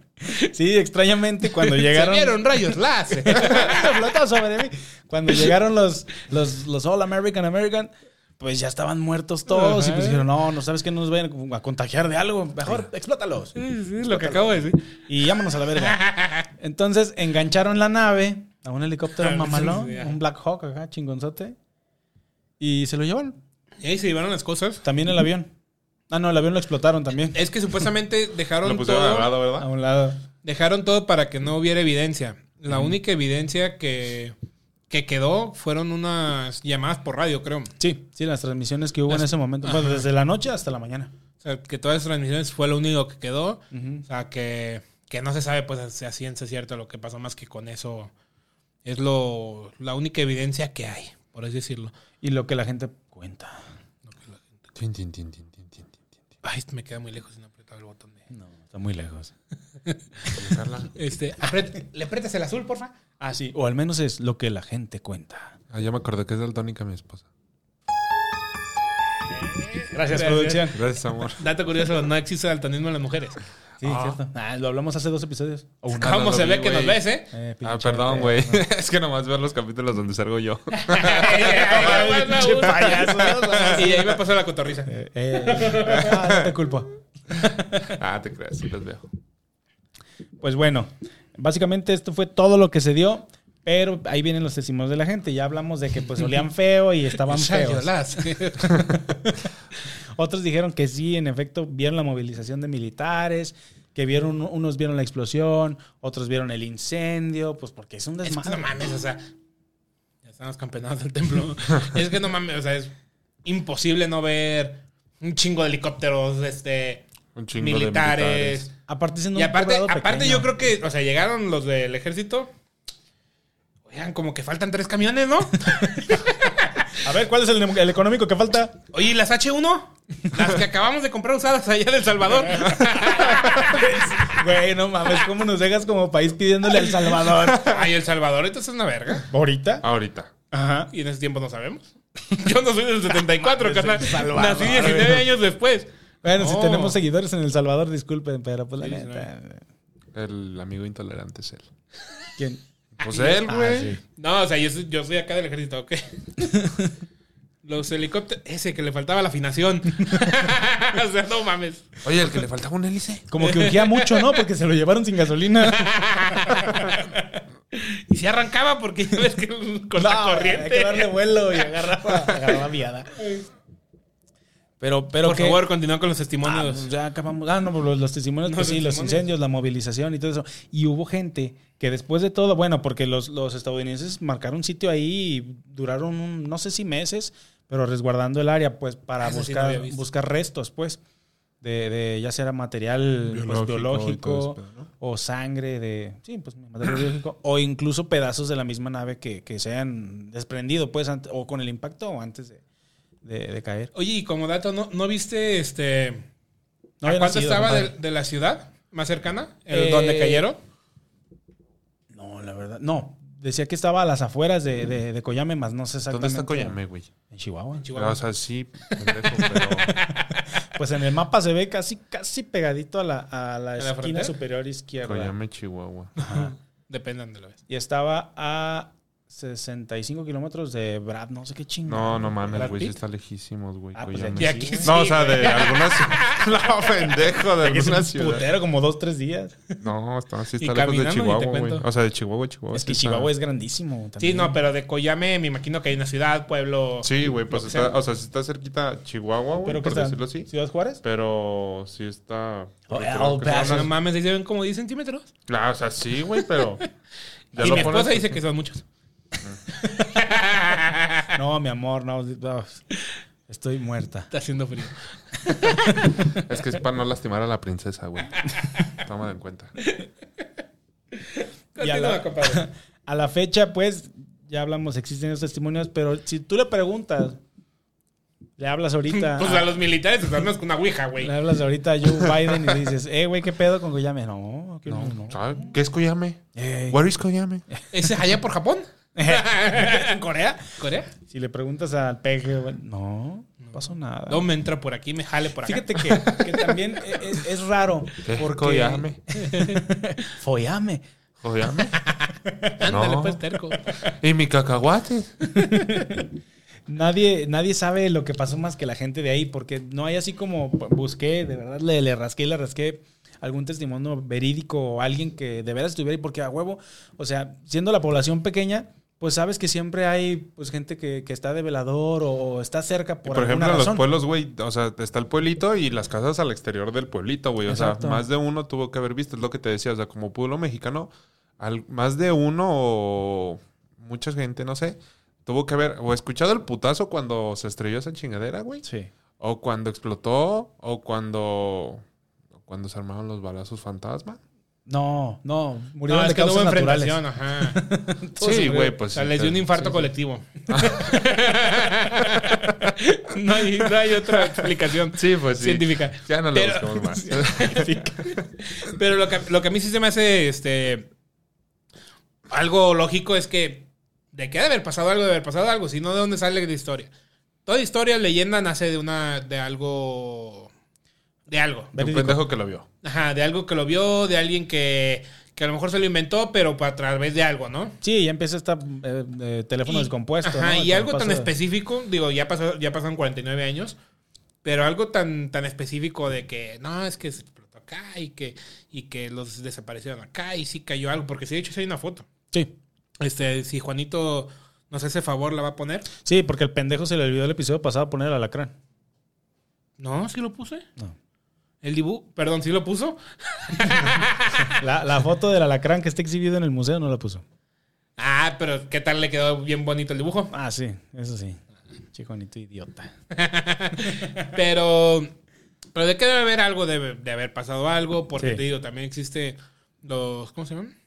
Speaker 2: Sí, extrañamente cuando
Speaker 1: Se
Speaker 2: llegaron.
Speaker 1: vieron rayos láser.
Speaker 2: Explotó sobre mí. Cuando llegaron los, los, los All American American, pues ya estaban muertos todos. Y
Speaker 1: Ajá.
Speaker 2: pues dijeron, no, no sabes que no nos vayan a contagiar de algo. Mejor explótalos.
Speaker 1: Sí, sí, lo que acabo de decir.
Speaker 2: Y llámanos a la verga. Entonces engancharon la nave a un helicóptero
Speaker 1: Ah,
Speaker 2: mamalón,
Speaker 1: sí, sí, sí.
Speaker 2: un Black Hawk acá, chingonzote. Y se lo llevaron.
Speaker 1: Y ahí se llevaron las cosas.
Speaker 2: También el avión. Ah, no, el avión lo explotaron también.
Speaker 1: Es que supuestamente dejaron
Speaker 3: Lo pusieron al
Speaker 1: todo,
Speaker 3: lado,
Speaker 2: A
Speaker 3: ¿verdad?
Speaker 2: un lado.
Speaker 1: dejaron todo para que no hubiera evidencia. La única evidencia que, que quedó fueron unas llamadas por radio, creo.
Speaker 2: Sí, sí, las transmisiones que hubo en
Speaker 1: Las-
Speaker 2: ese momento. Bueno, desde la noche hasta la mañana.
Speaker 1: O sea, que todas las transmisiones fue lo único que quedó.
Speaker 2: Ujú.
Speaker 1: O sea, que, que no se sabe, pues, a a ciencia cierta lo que pasó, más que con eso es lo, la única evidencia que hay, por así decirlo.
Speaker 2: Y lo que la gente cuenta.
Speaker 3: Tin, tin, tin, tin, tin, tin, tin, tin.
Speaker 1: Ay, me queda muy lejos sin apretar el botón. de-
Speaker 2: No, está muy lejos.
Speaker 3: Dejarla.
Speaker 1: Este, apret- ¿le apretas el azul, porfa?
Speaker 2: Ah, sí. O al menos es lo que la gente cuenta.
Speaker 3: Ah, ya me acordé que es daltónica mi esposa.
Speaker 2: Gracias,
Speaker 1: producción.
Speaker 3: Gracias, amor.
Speaker 1: Dato curioso, no existe daltonismo en las mujeres.
Speaker 2: Sí, cierto. Ah, lo hablamos hace dos episodios. O uno.
Speaker 3: Ah, no
Speaker 1: ¿Cómo
Speaker 3: lo
Speaker 1: se
Speaker 3: vi,
Speaker 1: ve que nos
Speaker 3: güey.
Speaker 1: ves, eh?
Speaker 2: Eh,
Speaker 3: Ah,
Speaker 2: pinche-
Speaker 3: perdón, güey. Es que nomás ver los capítulos donde salgo yo.
Speaker 1: Ay, más me
Speaker 2: Pinche
Speaker 1: gusta.
Speaker 2: payaso.
Speaker 1: Y ahí me pasó la cotorriza.
Speaker 2: Eh, eh. Ah, no te culpo.
Speaker 3: Ah, te creas, sí los veo.
Speaker 2: Pues bueno, básicamente esto fue todo lo que se dio. Pero ahí vienen los testimonios de la gente. Ya hablamos de que pues olían feo y estaban feos.
Speaker 1: Chayolas.
Speaker 2: Otros dijeron que sí, en efecto, vieron la movilización de militares, que vieron, unos vieron la explosión, otros vieron el incendio, pues porque es un
Speaker 1: Es que
Speaker 2: desmadre.
Speaker 1: no mames, o sea. Ya están los campeonatos del templo. es que no mames, o sea, es imposible no ver un chingo de helicópteros, este.
Speaker 3: Un chingo de
Speaker 1: Militares.
Speaker 2: Aparte siendo
Speaker 1: Y
Speaker 2: un
Speaker 1: aparte,
Speaker 2: poblado
Speaker 1: aparte
Speaker 2: pequeño.
Speaker 1: yo creo que, o sea, llegaron los del ejército. Oigan, como que faltan tres camiones, ¿no?
Speaker 2: A ver, ¿cuál es el, el económico que falta?
Speaker 1: Oye, ¿y las H1? Las que acabamos de comprar usadas allá del Salvador.
Speaker 2: Güey, no mames, ¿cómo nos dejas como país pidiéndole al Salvador?
Speaker 1: Ay, El Salvador, entonces es una verga.
Speaker 2: ¿Ahorita?
Speaker 3: Ahorita.
Speaker 2: Ajá.
Speaker 1: Y en ese tiempo no sabemos. Yo no soy del 74, carnal.
Speaker 2: El Salvador,
Speaker 1: Nací 19 años después.
Speaker 2: Bueno, si
Speaker 1: No.
Speaker 2: tenemos seguidores en El Salvador, disculpen, pero pues la neta.
Speaker 3: El amigo intolerante es él.
Speaker 2: ¿Quién?
Speaker 3: Pues él,
Speaker 1: Ah,
Speaker 3: güey.
Speaker 1: No, o sea, yo, soy- yo soy acá del ejército, ¿ok? Los helicópteros. Ese que le faltaba la afinación. o sea, no mames.
Speaker 3: Oye, el que le faltaba un hélice.
Speaker 2: Como que urgía mucho, ¿no? Porque se lo llevaron sin gasolina.
Speaker 1: Y se arrancaba porque ya ves que con la
Speaker 2: No, Hay que darle
Speaker 1: corriente.
Speaker 2: vuelo y agarraba, agarraba viada. Pero, pero
Speaker 1: Por
Speaker 2: que-
Speaker 1: favor, continúa con los
Speaker 2: Ah,
Speaker 1: testimonios.
Speaker 2: pues ya acabamos. Ah, no, pues los, los testimonios,
Speaker 1: No,
Speaker 2: pues
Speaker 1: los
Speaker 2: sí, los
Speaker 1: testimonios.
Speaker 2: incendios, la movilización y todo eso. Y hubo gente que después de todo, bueno, porque los, los estadounidenses marcaron sitio ahí y duraron un- no sé si meses, pero resguardando el área, pues para
Speaker 1: Eso sí no
Speaker 2: buscar,
Speaker 1: había visto.
Speaker 2: buscar restos, pues, de, de ya sea material pues, biológico,
Speaker 3: Biológico y todo ese pedo, ¿no?
Speaker 2: o sangre de, sí, pues material biológico, o incluso pedazos de la misma nave que, que se hayan desprendido, pues, ante- o con el impacto o antes de, de- de caer.
Speaker 1: Oye, y como dato, ¿no, no viste este.
Speaker 2: No
Speaker 1: ¿A
Speaker 2: había
Speaker 1: cuánto
Speaker 2: nacido,
Speaker 1: estaba de,
Speaker 2: compadre.
Speaker 1: de la ciudad más cercana? El
Speaker 2: Eh,
Speaker 1: donde cayeron.
Speaker 2: No, la verdad. No, decía que estaba a las afueras de, de, de Coyame, más no sé exactamente.
Speaker 3: ¿Dónde está Coyame, güey?
Speaker 2: En Chihuahua. en
Speaker 1: Chihuahua.
Speaker 2: Chihuahua.
Speaker 3: O sea, sí, pendejo, pero.
Speaker 2: Pues en el mapa se ve casi, casi pegadito a la, a la
Speaker 1: la
Speaker 2: esquina
Speaker 1: frontera?
Speaker 2: superior izquierda.
Speaker 3: Coyame, Chihuahua.
Speaker 1: Depende de dónde lo ves.
Speaker 2: Y estaba a 65 kilómetros de Brad, no sé qué chingón.
Speaker 3: No, no mames,
Speaker 2: ¿Brad
Speaker 3: güey. Sí
Speaker 2: Pitt?
Speaker 3: está lejísimos, güey.
Speaker 2: Ah, pues de
Speaker 3: Coyame.
Speaker 1: aquí a aquí sí,
Speaker 3: no, o sea,
Speaker 1: güey.
Speaker 3: de algunas. No, pendejo, de
Speaker 2: Que es
Speaker 3: algunas
Speaker 2: un
Speaker 3: ciudades.
Speaker 2: putero, como dos, tres días.
Speaker 3: No, está, sí
Speaker 1: Y
Speaker 3: está lejos de
Speaker 1: caminando, ni te
Speaker 3: Chihuahua, güey.
Speaker 1: cuento.
Speaker 3: O sea, de Chihuahua, Chihuahua.
Speaker 2: es que
Speaker 3: Oh, sí está-
Speaker 2: Chihuahua es grandísimo.
Speaker 1: Sí,
Speaker 2: también.
Speaker 1: no, pero de Coyame me imagino que hay una ciudad, pueblo.
Speaker 3: Sí, güey, pues
Speaker 1: Lo que
Speaker 3: está.
Speaker 1: sea.
Speaker 3: O sea, sí está cerquita Chihuahua, güey,
Speaker 2: ¿Pero qué
Speaker 3: por
Speaker 2: está?
Speaker 3: decirlo así.
Speaker 2: ¿Ciudad Juárez?
Speaker 3: Pero sí está.
Speaker 2: Oh,
Speaker 1: eh,
Speaker 3: creo
Speaker 2: El
Speaker 3: que son
Speaker 2: Paso.
Speaker 1: No
Speaker 3: unas-
Speaker 1: mames, ahí se ven como 10 centímetros.
Speaker 3: Claro, o sea, sí, güey, pero. ya
Speaker 1: y
Speaker 3: lo
Speaker 1: mi esposa
Speaker 3: pones-
Speaker 1: dice que son muchos.
Speaker 2: No, mi amor, no. no. Estoy muerta.
Speaker 1: Está haciendo frío.
Speaker 3: Es que es para no lastimar a la princesa, güey. Tómalo en cuenta.
Speaker 2: Y a
Speaker 1: Continúa,
Speaker 2: la-
Speaker 1: compadre.
Speaker 2: A la fecha, pues, ya hablamos, existen los testimonios, pero si tú le preguntas, le hablas ahorita.
Speaker 1: Pues
Speaker 2: a-
Speaker 1: a los militares están con una ouija, güey.
Speaker 2: le hablas ahorita a Joe Biden y le dices, eh, güey, ¿qué pedo con Goyame? No, que no, no. Eh,
Speaker 3: ¿Sabes? ¿Qué es Coyame?
Speaker 2: Ey.
Speaker 3: Where is Coyame?
Speaker 1: ¿Ese es allá por Japón? ¿En Corea? ¿Corea?
Speaker 2: Si le preguntas al peje, güey, no, no pasó nada.
Speaker 1: No me entra por aquí, me jale por acá.
Speaker 2: Fíjate que, que también es, es raro.
Speaker 3: ¿Qué es
Speaker 2: porque-
Speaker 3: Coyame?
Speaker 2: Follame.
Speaker 3: ¿Coyame?
Speaker 1: Ándale,
Speaker 3: No.
Speaker 1: pues, terco.
Speaker 3: ¿Y mi cacahuate?
Speaker 2: Nadie, nadie sabe lo que pasó más que la gente de ahí, porque no hay así como bu- busqué, de verdad le, le rasqué y le rasqué algún testimonio verídico o alguien que de veras estuviera ahí, porque a huevo, o sea, siendo la población pequeña, pues sabes que siempre hay pues gente que, que está de velador o, o está cerca por,
Speaker 3: Por, ejemplo, en
Speaker 2: alguna
Speaker 3: los
Speaker 2: razón.
Speaker 3: pueblos, güey, o sea, está el pueblito y las casas al exterior del pueblito, güey. O sea,
Speaker 2: Exacto.
Speaker 3: más de uno tuvo que haber visto, es lo que te decía. O sea, como pueblo mexicano, al- más de uno o mucha gente, no sé, tuvo que haber o escuchado el putazo cuando se estrelló esa chingadera, güey.
Speaker 2: Sí.
Speaker 3: O cuando explotó, o cuando, o cuando se armaron los balazos fantasma.
Speaker 2: No, no,
Speaker 1: No,
Speaker 2: murieron de
Speaker 1: es que no hubo
Speaker 2: causas naturales.
Speaker 1: enfrentación, ajá.
Speaker 2: Todos
Speaker 3: Sí,
Speaker 2: se
Speaker 3: güey, pues.
Speaker 1: o sea,
Speaker 3: sí,
Speaker 1: les dio un
Speaker 3: te-
Speaker 1: infarto
Speaker 3: sí,
Speaker 1: colectivo. no, hay, no hay otra explicación
Speaker 3: Sí, pues sí.
Speaker 1: científica.
Speaker 3: Ya no le
Speaker 1: Pero-
Speaker 3: buscamos más.
Speaker 1: Pero lo que, lo que a mí sí se me hace este algo lógico es que de qué ha de haber pasado algo, de haber pasado algo, sino de dónde sale la historia. Toda historia, leyenda nace de una de algo de algo.
Speaker 3: un
Speaker 2: Verídico.
Speaker 3: pendejo que lo vio.
Speaker 1: Ajá, de algo que lo vio, de alguien que, que a lo mejor se lo inventó, pero a través de algo, ¿no?
Speaker 2: Sí, ya empieza este teléfono
Speaker 1: Y-
Speaker 2: descompuesto.
Speaker 1: Ajá,
Speaker 2: ¿no?
Speaker 1: y algo tan
Speaker 2: Pasa-
Speaker 1: específico, digo, ya pasó, ya pasaron 49 años, pero algo tan, tan específico de que no, es que se explotó acá y que, y que los desaparecieron acá y sí cayó algo, porque sí, de hecho, sí hay una foto.
Speaker 2: Sí.
Speaker 1: Este, si Juanito nos hace favor, la va a poner.
Speaker 2: Sí, porque el pendejo se le olvidó el episodio pasado poner al alacrán.
Speaker 1: No, sí lo puse.
Speaker 2: No.
Speaker 1: El dibu, perdón, sí lo puso.
Speaker 2: La, la foto del alacrán que está exhibido en el museo no la puso.
Speaker 1: Ah, pero ¿qué tal le quedó bien bonito el dibujo?
Speaker 2: Ah, sí, eso sí. Chiconito idiota.
Speaker 1: Pero, pero de que debe haber algo, debe de haber pasado algo, porque
Speaker 2: Sí.
Speaker 1: te digo, también existe los, ¿cómo se llaman?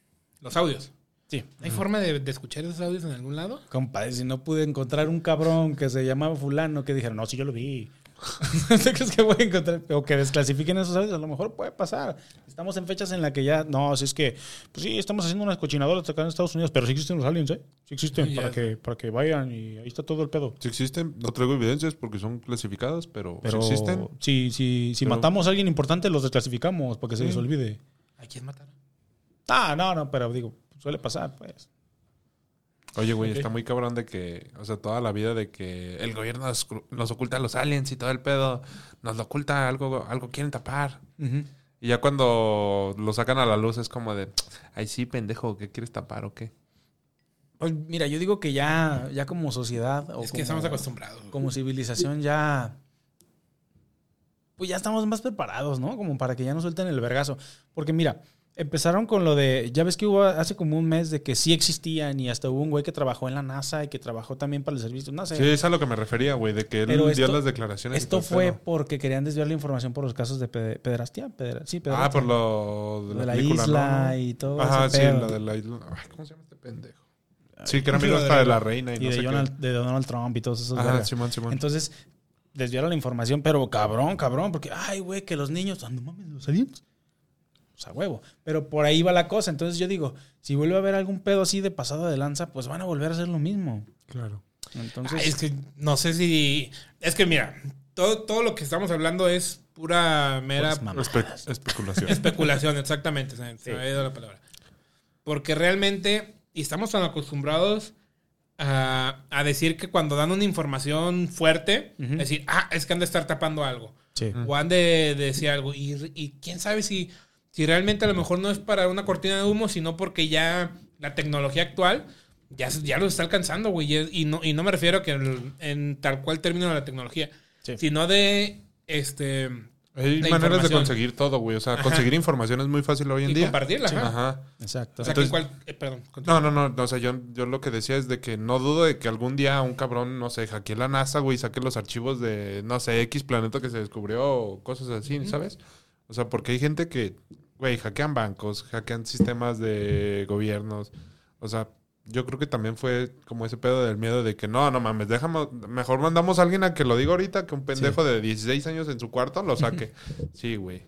Speaker 1: Los audios.
Speaker 2: Sí.
Speaker 1: ¿Hay forma de, de escuchar esos audios en algún lado?
Speaker 2: Compadre, si no pude encontrar un cabrón que se llamaba fulano que dijeron, no, si yo lo vi. no sé qué es que voy a encontrar. O que desclasifiquen esos audios, a lo mejor puede pasar. Estamos en fechas en la que ya, no, si es que, pues sí, estamos haciendo unas cochinadoras acá en Estados Unidos, pero sí existen los aliens, ¿eh? Sí existen,
Speaker 1: Ya.
Speaker 2: para, que, para que vayan y ahí está todo el pedo.
Speaker 3: Si existen, no traigo evidencias porque son clasificadas, pero,
Speaker 2: Pero
Speaker 3: si existen,
Speaker 2: si, si, si
Speaker 3: Pero-
Speaker 2: matamos a alguien importante, los desclasificamos para que se les olvide.
Speaker 1: ¿A quién matar?
Speaker 2: Ah, no, no, pero digo, suele pasar, pues.
Speaker 3: Oye, güey,
Speaker 2: Ok.
Speaker 3: está muy cabrón de que, o sea, toda la vida de que el gobierno nos, cru- nos oculta a los aliens y todo el pedo, nos lo oculta, algo, algo quieren tapar. Y ya cuando lo sacan a la luz es como de, ay, sí, pendejo, ¿qué quieres tapar o qué?
Speaker 2: Pues mira, yo digo que ya, ya como sociedad. O
Speaker 1: es que
Speaker 2: como-
Speaker 1: estamos acostumbrados.
Speaker 2: como civilización ya. Pues ya estamos más preparados, ¿no? Como para que ya nos suelten el vergazo. Porque mira, empezaron con lo de. Ya ves que hubo hace como un mes de que sí existían y hasta hubo un güey que trabajó en la NASA y que trabajó también para el servicio. No sé.
Speaker 3: Sí, es a lo que me refería, güey, de que él
Speaker 2: Pero
Speaker 3: dio
Speaker 2: esto-
Speaker 3: las declaraciones. y todo
Speaker 2: Esto
Speaker 3: el
Speaker 2: fue
Speaker 3: pedo.
Speaker 2: porque querían desviar la información por los casos de pede- pederastía. pedera- sí,
Speaker 3: Ah,
Speaker 2: pederastia.
Speaker 3: por lo de la,
Speaker 2: De la
Speaker 3: película,
Speaker 2: isla
Speaker 3: ¿no?
Speaker 2: y todo
Speaker 3: Ajá,
Speaker 2: ese
Speaker 3: sí,
Speaker 2: pedo.
Speaker 3: la de la isla. Ay, ¿cómo se llama este pendejo? Sí, que era
Speaker 1: Sí,
Speaker 3: amigo
Speaker 1: lo de
Speaker 3: hasta
Speaker 1: la-
Speaker 3: de la reina y,
Speaker 2: Y
Speaker 3: no
Speaker 2: de,
Speaker 3: sé qué.
Speaker 2: Donald, de Donald Trump y todos esos.
Speaker 3: Ajá,
Speaker 2: vergas.
Speaker 3: Simón, Simón.
Speaker 2: Entonces, desviaron la información, pero cabrón, cabrón, porque, ay, güey, que los niños, ah, no mames, los aliens. O sea, huevo. Pero por ahí va la cosa. Entonces yo digo, si vuelve a haber algún pedo así de pasado de lanza, pues van a volver a hacer lo mismo.
Speaker 3: claro.
Speaker 2: Entonces,
Speaker 1: Ay, es que no sé si. Es que mira, todo, todo lo que estamos hablando es pura mera
Speaker 2: Puras mamadas.
Speaker 3: Espe- especulación.
Speaker 1: especulación, exactamente. Se, se me había ido la palabra. Porque realmente, y estamos tan acostumbrados a, a decir que cuando dan una información fuerte,
Speaker 2: Ujú.
Speaker 1: decir, ah, es que han de estar tapando algo.
Speaker 2: sí.
Speaker 1: O han de, decir algo. Y, y quién sabe si, si realmente a lo mejor no es para una cortina de humo, sino porque ya la tecnología actual ya, se- ya lo está alcanzando, güey. Y es- Y no, y no me refiero a que el- en tal cual término de la tecnología,
Speaker 2: Sí.
Speaker 1: sino de este
Speaker 3: Hay
Speaker 1: la
Speaker 3: maneras de
Speaker 1: información.
Speaker 3: conseguir todo, güey. O sea,
Speaker 1: Ajá.
Speaker 3: conseguir información es muy fácil hoy en
Speaker 1: y
Speaker 3: día.
Speaker 1: compartirla. ajá.
Speaker 3: Ajá.
Speaker 2: Exacto.
Speaker 1: O sea, que
Speaker 3: Entonces-
Speaker 1: cual- eh, perdón, continúa.
Speaker 3: No, no, no, no, O sea, yo, yo lo que decía es de que no dudo de que algún día un cabrón, no sé, hackee la NASA, güey, saque los archivos de, no sé, X planeta que se descubrió o cosas así, ¿sabes? O sea, porque hay gente que, güey, hackean bancos, hackean sistemas de gobiernos. O sea, yo creo que también fue como ese pedo del miedo de que no, no mames, déjame, mejor mandamos a alguien a que lo diga ahorita que un pendejo de 16 años en su cuarto lo saque. Sí, güey.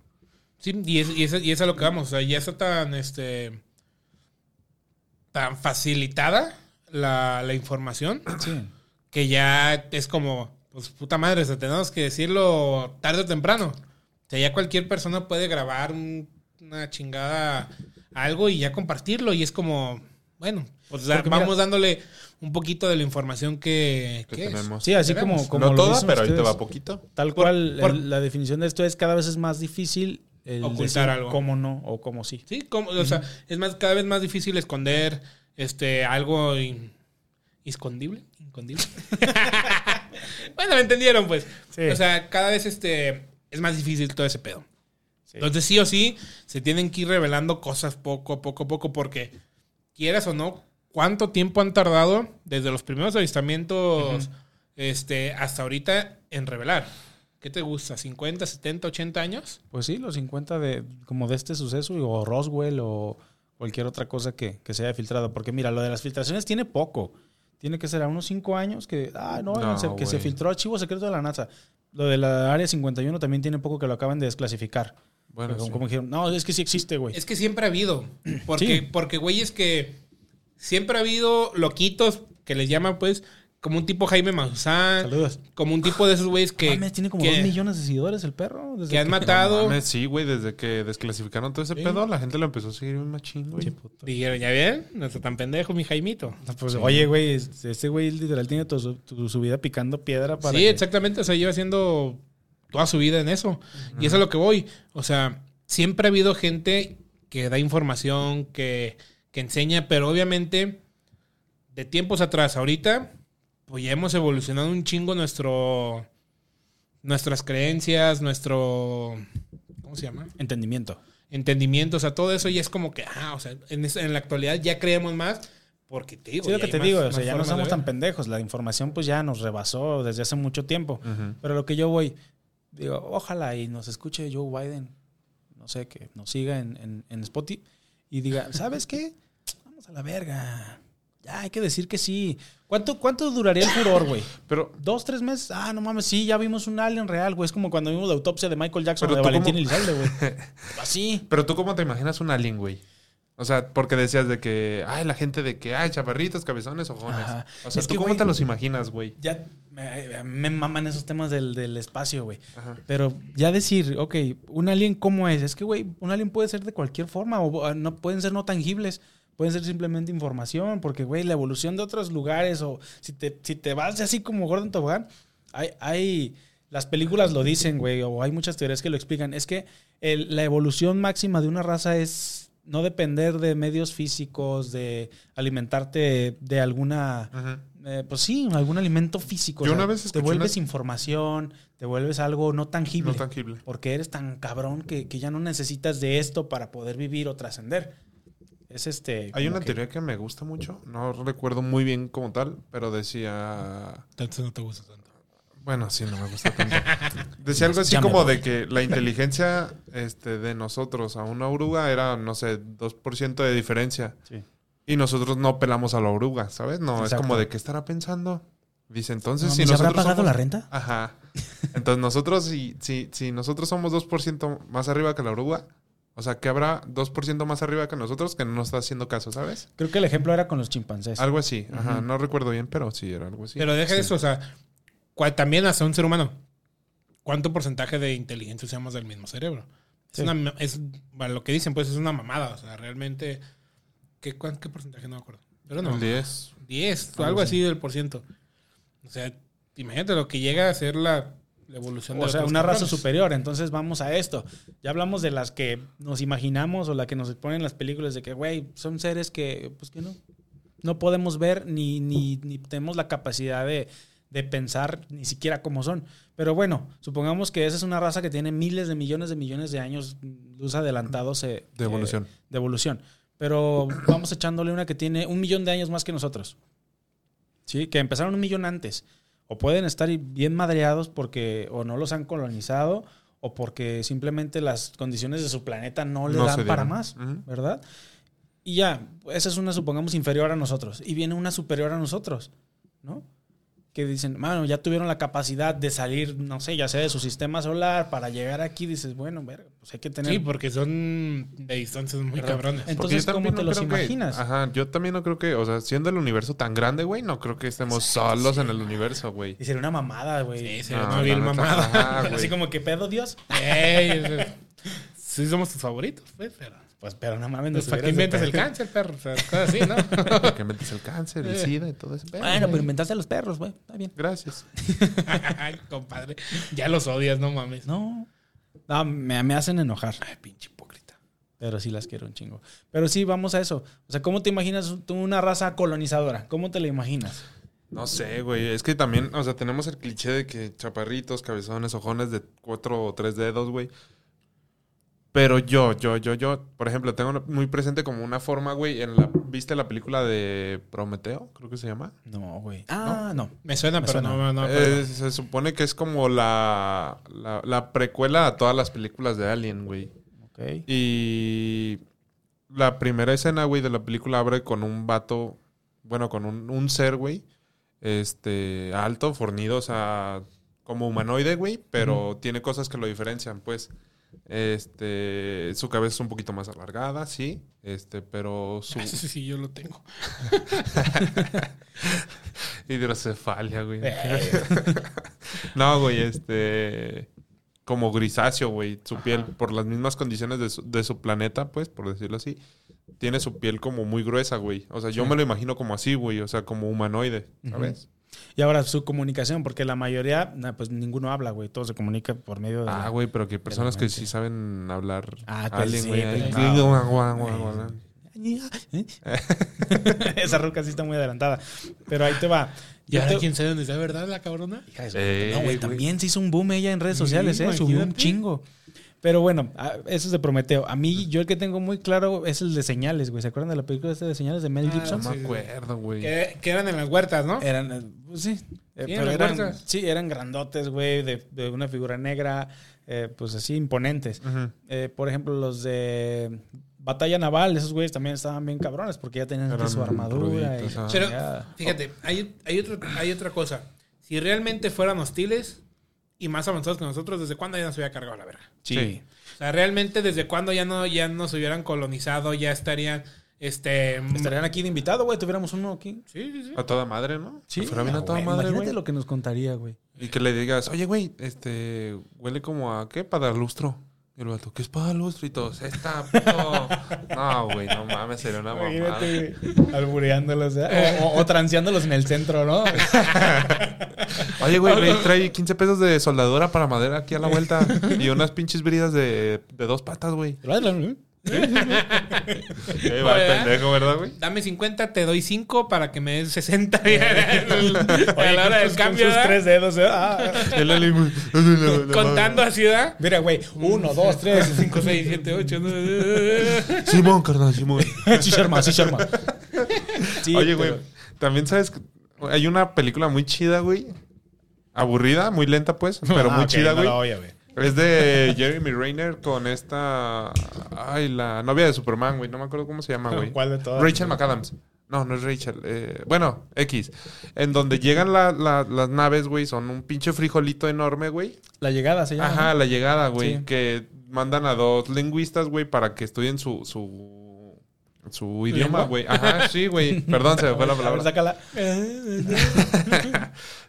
Speaker 1: Sí, y es, y, es, y es a lo que vamos. O sea, ya está tan, este, tan facilitada la, la información
Speaker 2: Sí.
Speaker 1: que ya es como, pues puta madre, o sea, tenemos que decirlo tarde o temprano. O sea, ya cualquier persona puede grabar un- una chingada algo y ya compartirlo. Y es como, bueno, pues da-
Speaker 2: Porque mira-
Speaker 1: vamos dándole un poquito de la información que,
Speaker 3: Que
Speaker 1: que es.
Speaker 3: tenemos.
Speaker 2: Sí, así
Speaker 1: Veremos.
Speaker 2: como, como
Speaker 3: no
Speaker 2: lo
Speaker 3: toda,
Speaker 2: dicen
Speaker 3: pero ahorita
Speaker 2: ustedes.
Speaker 3: va poquito.
Speaker 2: Tal
Speaker 1: Por-
Speaker 2: cual,
Speaker 1: por-
Speaker 2: el- la definición de esto es cada vez es más difícil el
Speaker 1: Ocultar
Speaker 2: decir
Speaker 1: algo.
Speaker 2: cómo no o cómo sí.
Speaker 1: Sí, como, o sea, es más, cada vez más difícil esconder este algo in- escondible, incondible. bueno, me entendieron, pues.
Speaker 2: Sí.
Speaker 1: O sea, cada vez este es más difícil todo ese pedo.
Speaker 2: Sí.
Speaker 1: Entonces, sí o sí, se tienen que ir revelando cosas poco a poco a poco, porque quieras o no, cuánto tiempo han tardado desde los primeros avistamientos este, hasta ahorita en revelar. ¿Qué te gusta? ¿50, 70, 80 años?
Speaker 2: Pues sí, los 50 de, como de este suceso, y- o Roswell, o cualquier otra cosa que, que se haya filtrado. Porque mira, lo de las filtraciones tiene poco. Tiene que ser a unos 5 años que, ah, no,
Speaker 3: No,
Speaker 2: se- que se
Speaker 3: güey.
Speaker 2: filtró archivo secreto de la NASA. Lo de la Área 51 también tiene poco que lo acaban de desclasificar.
Speaker 3: Bueno,
Speaker 2: como,
Speaker 3: sí.
Speaker 2: como dijeron, no, es que sí existe, güey.
Speaker 1: Es que siempre ha habido. Porque,
Speaker 2: Sí.
Speaker 1: porque güey, es que siempre ha habido loquitos que les llaman, pues, como un tipo Jaime Maussan.
Speaker 2: Saludos. "Ah,
Speaker 1: Como un tipo de esos güeyes que.
Speaker 2: Mames, tiene como
Speaker 1: que-
Speaker 2: 2 millones de seguidores el perro. desde
Speaker 1: Que han
Speaker 2: que-
Speaker 1: matado.
Speaker 3: No mames, sí, güey, desde que desclasificaron todo ese
Speaker 1: Sí.
Speaker 3: pedo, la gente lo empezó a seguir un machín, güey.
Speaker 2: Che, puto.
Speaker 1: Dijeron, ¿ya ven? No está tan pendejo, mi Jaimito.
Speaker 2: No, pues, Oye, güey, este este güey literal tiene toda su, tu- su vida picando piedra para.
Speaker 1: Sí,
Speaker 2: que-
Speaker 1: exactamente. O sea, lleva haciendo toda su vida en eso. Y eso es a lo que voy. O sea, siempre ha habido gente que da información, que, que enseña, pero obviamente de tiempos atrás, ahorita, pues ya hemos evolucionado un chingo nuestro. Nuestras creencias, nuestro. ¿Cómo se llama?
Speaker 2: Entendimiento.
Speaker 1: Entendimiento, o sea, todo eso ya es como que, ah, o sea, en, es- en la actualidad ya creemos más, porque te digo.
Speaker 2: Sí, lo
Speaker 1: ya
Speaker 2: que
Speaker 1: hay
Speaker 2: te
Speaker 1: más-
Speaker 2: digo, o
Speaker 1: más
Speaker 2: sea, ya no
Speaker 1: formas de
Speaker 2: somos
Speaker 1: ver.
Speaker 2: tan pendejos. La información pues ya nos rebasó desde hace mucho tiempo.
Speaker 3: Ujú.
Speaker 2: Pero lo que yo voy, digo, ojalá y nos escuche Joe Biden, no sé, que nos siga en, en, en Spotify y diga, ¿sabes qué? Vamos a la verga. Ya hay que decir que sí. ¿Cuánto, cuánto duraría el furor, güey?
Speaker 3: Pero,
Speaker 2: ¿Dos, tres meses? Ah, no mames, sí, ya vimos un alien real, güey. Es como cuando vimos la autopsia de Michael Jackson o
Speaker 3: Pero
Speaker 2: de
Speaker 3: tú
Speaker 2: Valentín
Speaker 3: cómo-
Speaker 2: Elizalde, güey. Así.
Speaker 3: pero tú cómo te imaginas un alien, güey. O sea, porque decías de que, ay, la gente de que, ay, chaparritos, cabezones, ojones.
Speaker 2: Ajá.
Speaker 3: O sea,
Speaker 2: Es
Speaker 3: ¿tú
Speaker 2: que,
Speaker 3: cómo
Speaker 2: güey,
Speaker 3: te los imaginas, güey?
Speaker 2: Ya me, me maman esos temas del, del espacio, güey.
Speaker 3: Ajá.
Speaker 2: Pero ya decir, ok, un alien cómo es, es que, güey, un alien puede ser de cualquier forma, o ah, no pueden ser no tangibles, pueden ser simplemente información, porque, güey, la evolución de otros lugares, o si te, si te vas así como Gordon Tobogán, hay, hay, las películas lo dicen, güey, o hay muchas teorías que lo explican, es que el- la evolución máxima de una raza es no depender de medios físicos, de alimentarte de alguna...
Speaker 3: Ajá.
Speaker 2: Eh, pues sí, algún alimento físico.
Speaker 3: Yo
Speaker 2: o sea,
Speaker 3: una vez
Speaker 2: te
Speaker 3: escuché
Speaker 2: vuelves
Speaker 3: una-
Speaker 2: información, te vuelves algo no tangible.
Speaker 3: No tangible.
Speaker 2: Porque eres tan cabrón que, que ya no necesitas de esto para poder vivir o trascender. Es este.
Speaker 3: Hay
Speaker 2: como
Speaker 3: una
Speaker 2: que-
Speaker 3: teoría que me gusta mucho, no recuerdo muy bien como tal, pero decía...
Speaker 1: Tal vez no te gusta tanto.
Speaker 3: Bueno, sí, no me gusta tanto. Decía algo así
Speaker 2: Ya me
Speaker 3: como
Speaker 2: voy.
Speaker 3: de que la inteligencia este, de nosotros a una oruga era, no sé, 2% de diferencia.
Speaker 2: Sí.
Speaker 3: Y nosotros no pelamos a la oruga, ¿sabes? No, es
Speaker 2: Exacto.
Speaker 3: como de qué estará pensando. Dice, entonces
Speaker 2: No,
Speaker 3: si
Speaker 2: ¿me
Speaker 3: nosotros
Speaker 2: habrá pagado
Speaker 3: somos-
Speaker 2: la renta?
Speaker 3: Ajá. Entonces nosotros, si, si, si nosotros somos 2% más arriba que la oruga, o sea, que habrá 2% más arriba que nosotros que no nos está haciendo caso, ¿sabes?
Speaker 2: Creo que el ejemplo era con los chimpancés.
Speaker 3: Algo así. Ajá,
Speaker 2: Ujú.
Speaker 3: no recuerdo bien, pero sí, era algo así.
Speaker 1: Pero deja
Speaker 3: Sí.
Speaker 1: eso, o sea, cual- también hacia un ser humano. ¿Cuánto porcentaje de inteligencia usamos del mismo cerebro? Es
Speaker 2: Sí.
Speaker 1: una ma- es, bueno, lo que dicen, pues es una mamada. O sea, realmente, ¿qué, cuán- qué porcentaje? No me acuerdo. Pero no,
Speaker 3: El 10.
Speaker 1: 10 o algo
Speaker 2: Algo así.
Speaker 1: así del por ciento. O sea, imagínate lo que llega a ser la, la evolución
Speaker 2: O
Speaker 1: los
Speaker 2: sea,
Speaker 1: otros
Speaker 2: una raza
Speaker 1: cabrones.
Speaker 2: superior. Entonces vamos a esto. Ya hablamos de las que nos imaginamos o la que nos ponen las películas de que, güey, son seres que, pues que no, no podemos ver ni, ni, ni tenemos la capacidad de, de pensar ni siquiera cómo son. Pero bueno, supongamos que esa es una raza que tiene miles de millones de millones de años luz adelantados eh,
Speaker 3: De evolución.
Speaker 2: eh, de evolución. Pero vamos echándole una que tiene un millón de años más que nosotros. Sí, que empezaron un millón antes. O pueden estar bien madreados porque o no los han colonizado o porque simplemente las condiciones de su planeta no le
Speaker 3: No se
Speaker 2: dan para
Speaker 3: dieron.
Speaker 2: más,
Speaker 3: Ujú.
Speaker 2: ¿verdad? Y ya, esa es una, supongamos, inferior a nosotros. Y viene una superior a nosotros, ¿no? Que dicen, mano, ya tuvieron la capacidad de salir, no sé, ya sea de su sistema solar para llegar aquí. Dices, bueno, verga, pues hay que tener...
Speaker 1: Sí, porque son de distancias muy
Speaker 2: Perdón.
Speaker 1: cabrones.
Speaker 2: En-
Speaker 3: Porque
Speaker 2: Entonces,
Speaker 3: yo
Speaker 2: ¿cómo
Speaker 3: también
Speaker 2: te
Speaker 3: no
Speaker 2: los
Speaker 3: creo que-
Speaker 2: imaginas?
Speaker 3: ajá, yo también no creo que, o sea, siendo el universo tan grande, güey, no creo que estemos solos en el universo, güey.
Speaker 2: Y sería una mamada, güey.
Speaker 1: Sí,
Speaker 2: Sí,
Speaker 1: se ve
Speaker 3: No,
Speaker 1: una
Speaker 3: la
Speaker 1: vil
Speaker 3: neta,
Speaker 1: mamada.
Speaker 3: ajá,
Speaker 2: Así
Speaker 3: güey.
Speaker 2: como que pedo, Dios.
Speaker 1: Ey, es- sí, somos tus favoritos, güey, pero.
Speaker 2: Pues, pero no mames,
Speaker 1: Pues,
Speaker 2: nos
Speaker 1: ¿Para qué inventas
Speaker 2: hubieras
Speaker 1: el
Speaker 2: de-
Speaker 1: cáncer, perro? O sea, cosas así, ¿no?
Speaker 3: Porque metes el cáncer, el sida y todo eso.
Speaker 2: Bueno, pero inventaste a los perros, güey. Está bien.
Speaker 3: Gracias.
Speaker 1: Ay, compadre. Ya los odias, no mames.
Speaker 2: No. No, me, me hacen enojar.
Speaker 1: Ay, pinche hipócrita.
Speaker 2: Pero sí las quiero un chingo. Pero sí, vamos a eso. O sea, ¿cómo te imaginas tú una raza colonizadora? ¿Cómo te la imaginas?
Speaker 3: No sé, güey. Es que también, o sea, tenemos el cliché de que chaparritos, cabezones, ojones de cuatro o tres dedos, güey. Pero yo, yo, yo, yo, por ejemplo, tengo muy presente como una forma, güey, en la... ¿Viste la película de Prometeo? Creo que se llama.
Speaker 2: No, güey. Ah, no.
Speaker 1: Me suena,
Speaker 2: Me
Speaker 1: pero
Speaker 2: suena.
Speaker 1: no, no. me acuerdo.
Speaker 3: Eh, se supone que es como la, la, la precuela a todas las películas de Alien, güey.
Speaker 2: Ok.
Speaker 3: Y la primera escena, güey, de la película abre con un vato, bueno, con un, un ser, güey, este, alto, fornido, o sea, como humanoide, güey, pero tiene cosas que lo diferencian, pues. Este, su cabeza es un poquito más alargada, sí, este, pero su
Speaker 1: Ah, sí, sí, yo lo tengo.
Speaker 3: hidrocefalia, güey.
Speaker 2: Eh,
Speaker 3: No, güey, este. Como grisáceo, güey. Su piel, por las mismas condiciones de su, de su planeta, pues, por decirlo así, tiene su piel como muy gruesa, güey. O sea, yo me lo imagino como así, güey. O sea, como humanoide, ¿sabes?
Speaker 2: Y ahora su comunicación, porque la mayoría, nah, pues ninguno habla, güey. Todo se comunica por medio de.
Speaker 3: Ah, güey, pero que hay personas que
Speaker 2: mente.
Speaker 3: sí saben hablar.
Speaker 2: Ah, que
Speaker 3: alien,
Speaker 2: sí,
Speaker 3: güey.
Speaker 2: pero
Speaker 3: Ay,
Speaker 2: no.
Speaker 3: gling, guau, guau, guau, guau.
Speaker 2: ¿Eh? Esa ruca sí está muy adelantada. Pero ahí te va.
Speaker 1: ¿Y
Speaker 2: Yo
Speaker 1: ahora
Speaker 2: te-
Speaker 1: quién sabe dónde está verdad la cabrona?
Speaker 2: Hija de su
Speaker 3: Eh,
Speaker 2: puta- no, güey,
Speaker 3: güey.
Speaker 2: también se hizo un boom ella en redes
Speaker 1: Sí,
Speaker 2: sociales, ¿eh? Subió un
Speaker 1: imagínate.
Speaker 2: chingo. Pero bueno, ah, eso es de Prometeo. A mí, yo el que tengo muy claro es el de señales, güey. ¿Se acuerdan de la película esta de señales de Mel
Speaker 1: Ah,
Speaker 2: Gibson?
Speaker 3: No
Speaker 1: Sí.
Speaker 3: me acuerdo, güey.
Speaker 1: Que, que eran en las huertas, ¿no?
Speaker 2: Eran, eh, pues, sí,
Speaker 1: Sí,
Speaker 2: eh, pero
Speaker 1: las
Speaker 2: eran,
Speaker 1: fuerzas.
Speaker 2: sí, eran grandotes, güey, de, de una figura negra, eh, pues así, imponentes.
Speaker 3: Ujú.
Speaker 2: Eh, por ejemplo, los de batalla naval, esos güeyes también estaban bien cabrones porque ya tenían aquí
Speaker 3: Eran
Speaker 2: su armadura. Y
Speaker 3: ruditos, ah.
Speaker 1: Pero
Speaker 2: chingada.
Speaker 1: fíjate, hay, hay, otro- hay otra cosa. Si realmente fueran hostiles y más avanzados que nosotros, ¿desde cuándo ya nos hubiera cargado la verga?
Speaker 3: Sí.
Speaker 1: O sea, realmente desde cuándo ya no ya nos hubieran colonizado, ya estarían este
Speaker 2: Estarían aquí de invitado, güey. Tuviéramos uno aquí.
Speaker 1: Sí, sí, sí.
Speaker 3: A toda madre, ¿no?
Speaker 2: Sí,
Speaker 3: Que fuera bien a
Speaker 2: no,
Speaker 3: Pues, toda
Speaker 2: güey,
Speaker 3: madre,
Speaker 2: Imagínate
Speaker 3: güey.
Speaker 2: lo que nos contaría, güey.
Speaker 3: Y que le digas, oye, güey, este, huele como a, ¿qué? Padalustro. Y el vato, ¿qué es padalustro? Y todos, esta, puto. No, güey, no mames, sería una mamada.
Speaker 2: Imagínate, güey, albureándolos, ¿eh? o, o- o transeándolos en el centro, ¿no?
Speaker 3: Oye, güey, güey, trae 15 pesos de soldadora para madera aquí a la vuelta. Y unas pinches bridas de, de dos patas, güey. Eh,
Speaker 2: Pues,
Speaker 3: va,
Speaker 1: Oye,
Speaker 3: pendejo, ¿verdad, güey?
Speaker 1: Dame 50, te doy 5 para que me des 60 a la hora del
Speaker 2: Con
Speaker 1: cambio.
Speaker 2: sus
Speaker 1: ¿verdad?
Speaker 2: tres dedos, ¿eh? Ah.
Speaker 3: El alimo- la- la-
Speaker 1: Contando así, ¿verdad?
Speaker 2: Mira, güey, uno, dos, tres, cinco,
Speaker 1: 5, 6, 7, 8.
Speaker 3: Simón, carnal, Simón.
Speaker 2: Sí, Sharma, sí, Sharma. Sí,
Speaker 3: Oye, güey,
Speaker 2: pero-
Speaker 3: también sabes, que hay una película muy chida, güey. Aburrida, muy lenta, pues, pero
Speaker 2: Ah,
Speaker 3: muy
Speaker 2: ok,
Speaker 3: chida,
Speaker 2: no
Speaker 3: güey.
Speaker 2: la oye, güey.
Speaker 3: Es de Jeremy Rayner con esta. Ay, la novia de Superman, güey. No me acuerdo cómo se llama, Ah, güey.
Speaker 2: ¿Cuál de todas?
Speaker 3: Rachel McAdams. No, no es Rachel. eh, bueno, X. En donde llegan la- la- las naves, güey. Son un pinche frijolito enorme, güey.
Speaker 2: La llegada se llama.
Speaker 3: Ajá, la llegada, güey.
Speaker 2: Sí.
Speaker 3: Que mandan a dos lingüistas, güey, para que estudien su. su, su idioma,
Speaker 1: ¿Lengua?
Speaker 3: güey. Ajá, sí, güey. Perdón, se me fue la
Speaker 2: A ver,
Speaker 3: palabra.
Speaker 2: sácala.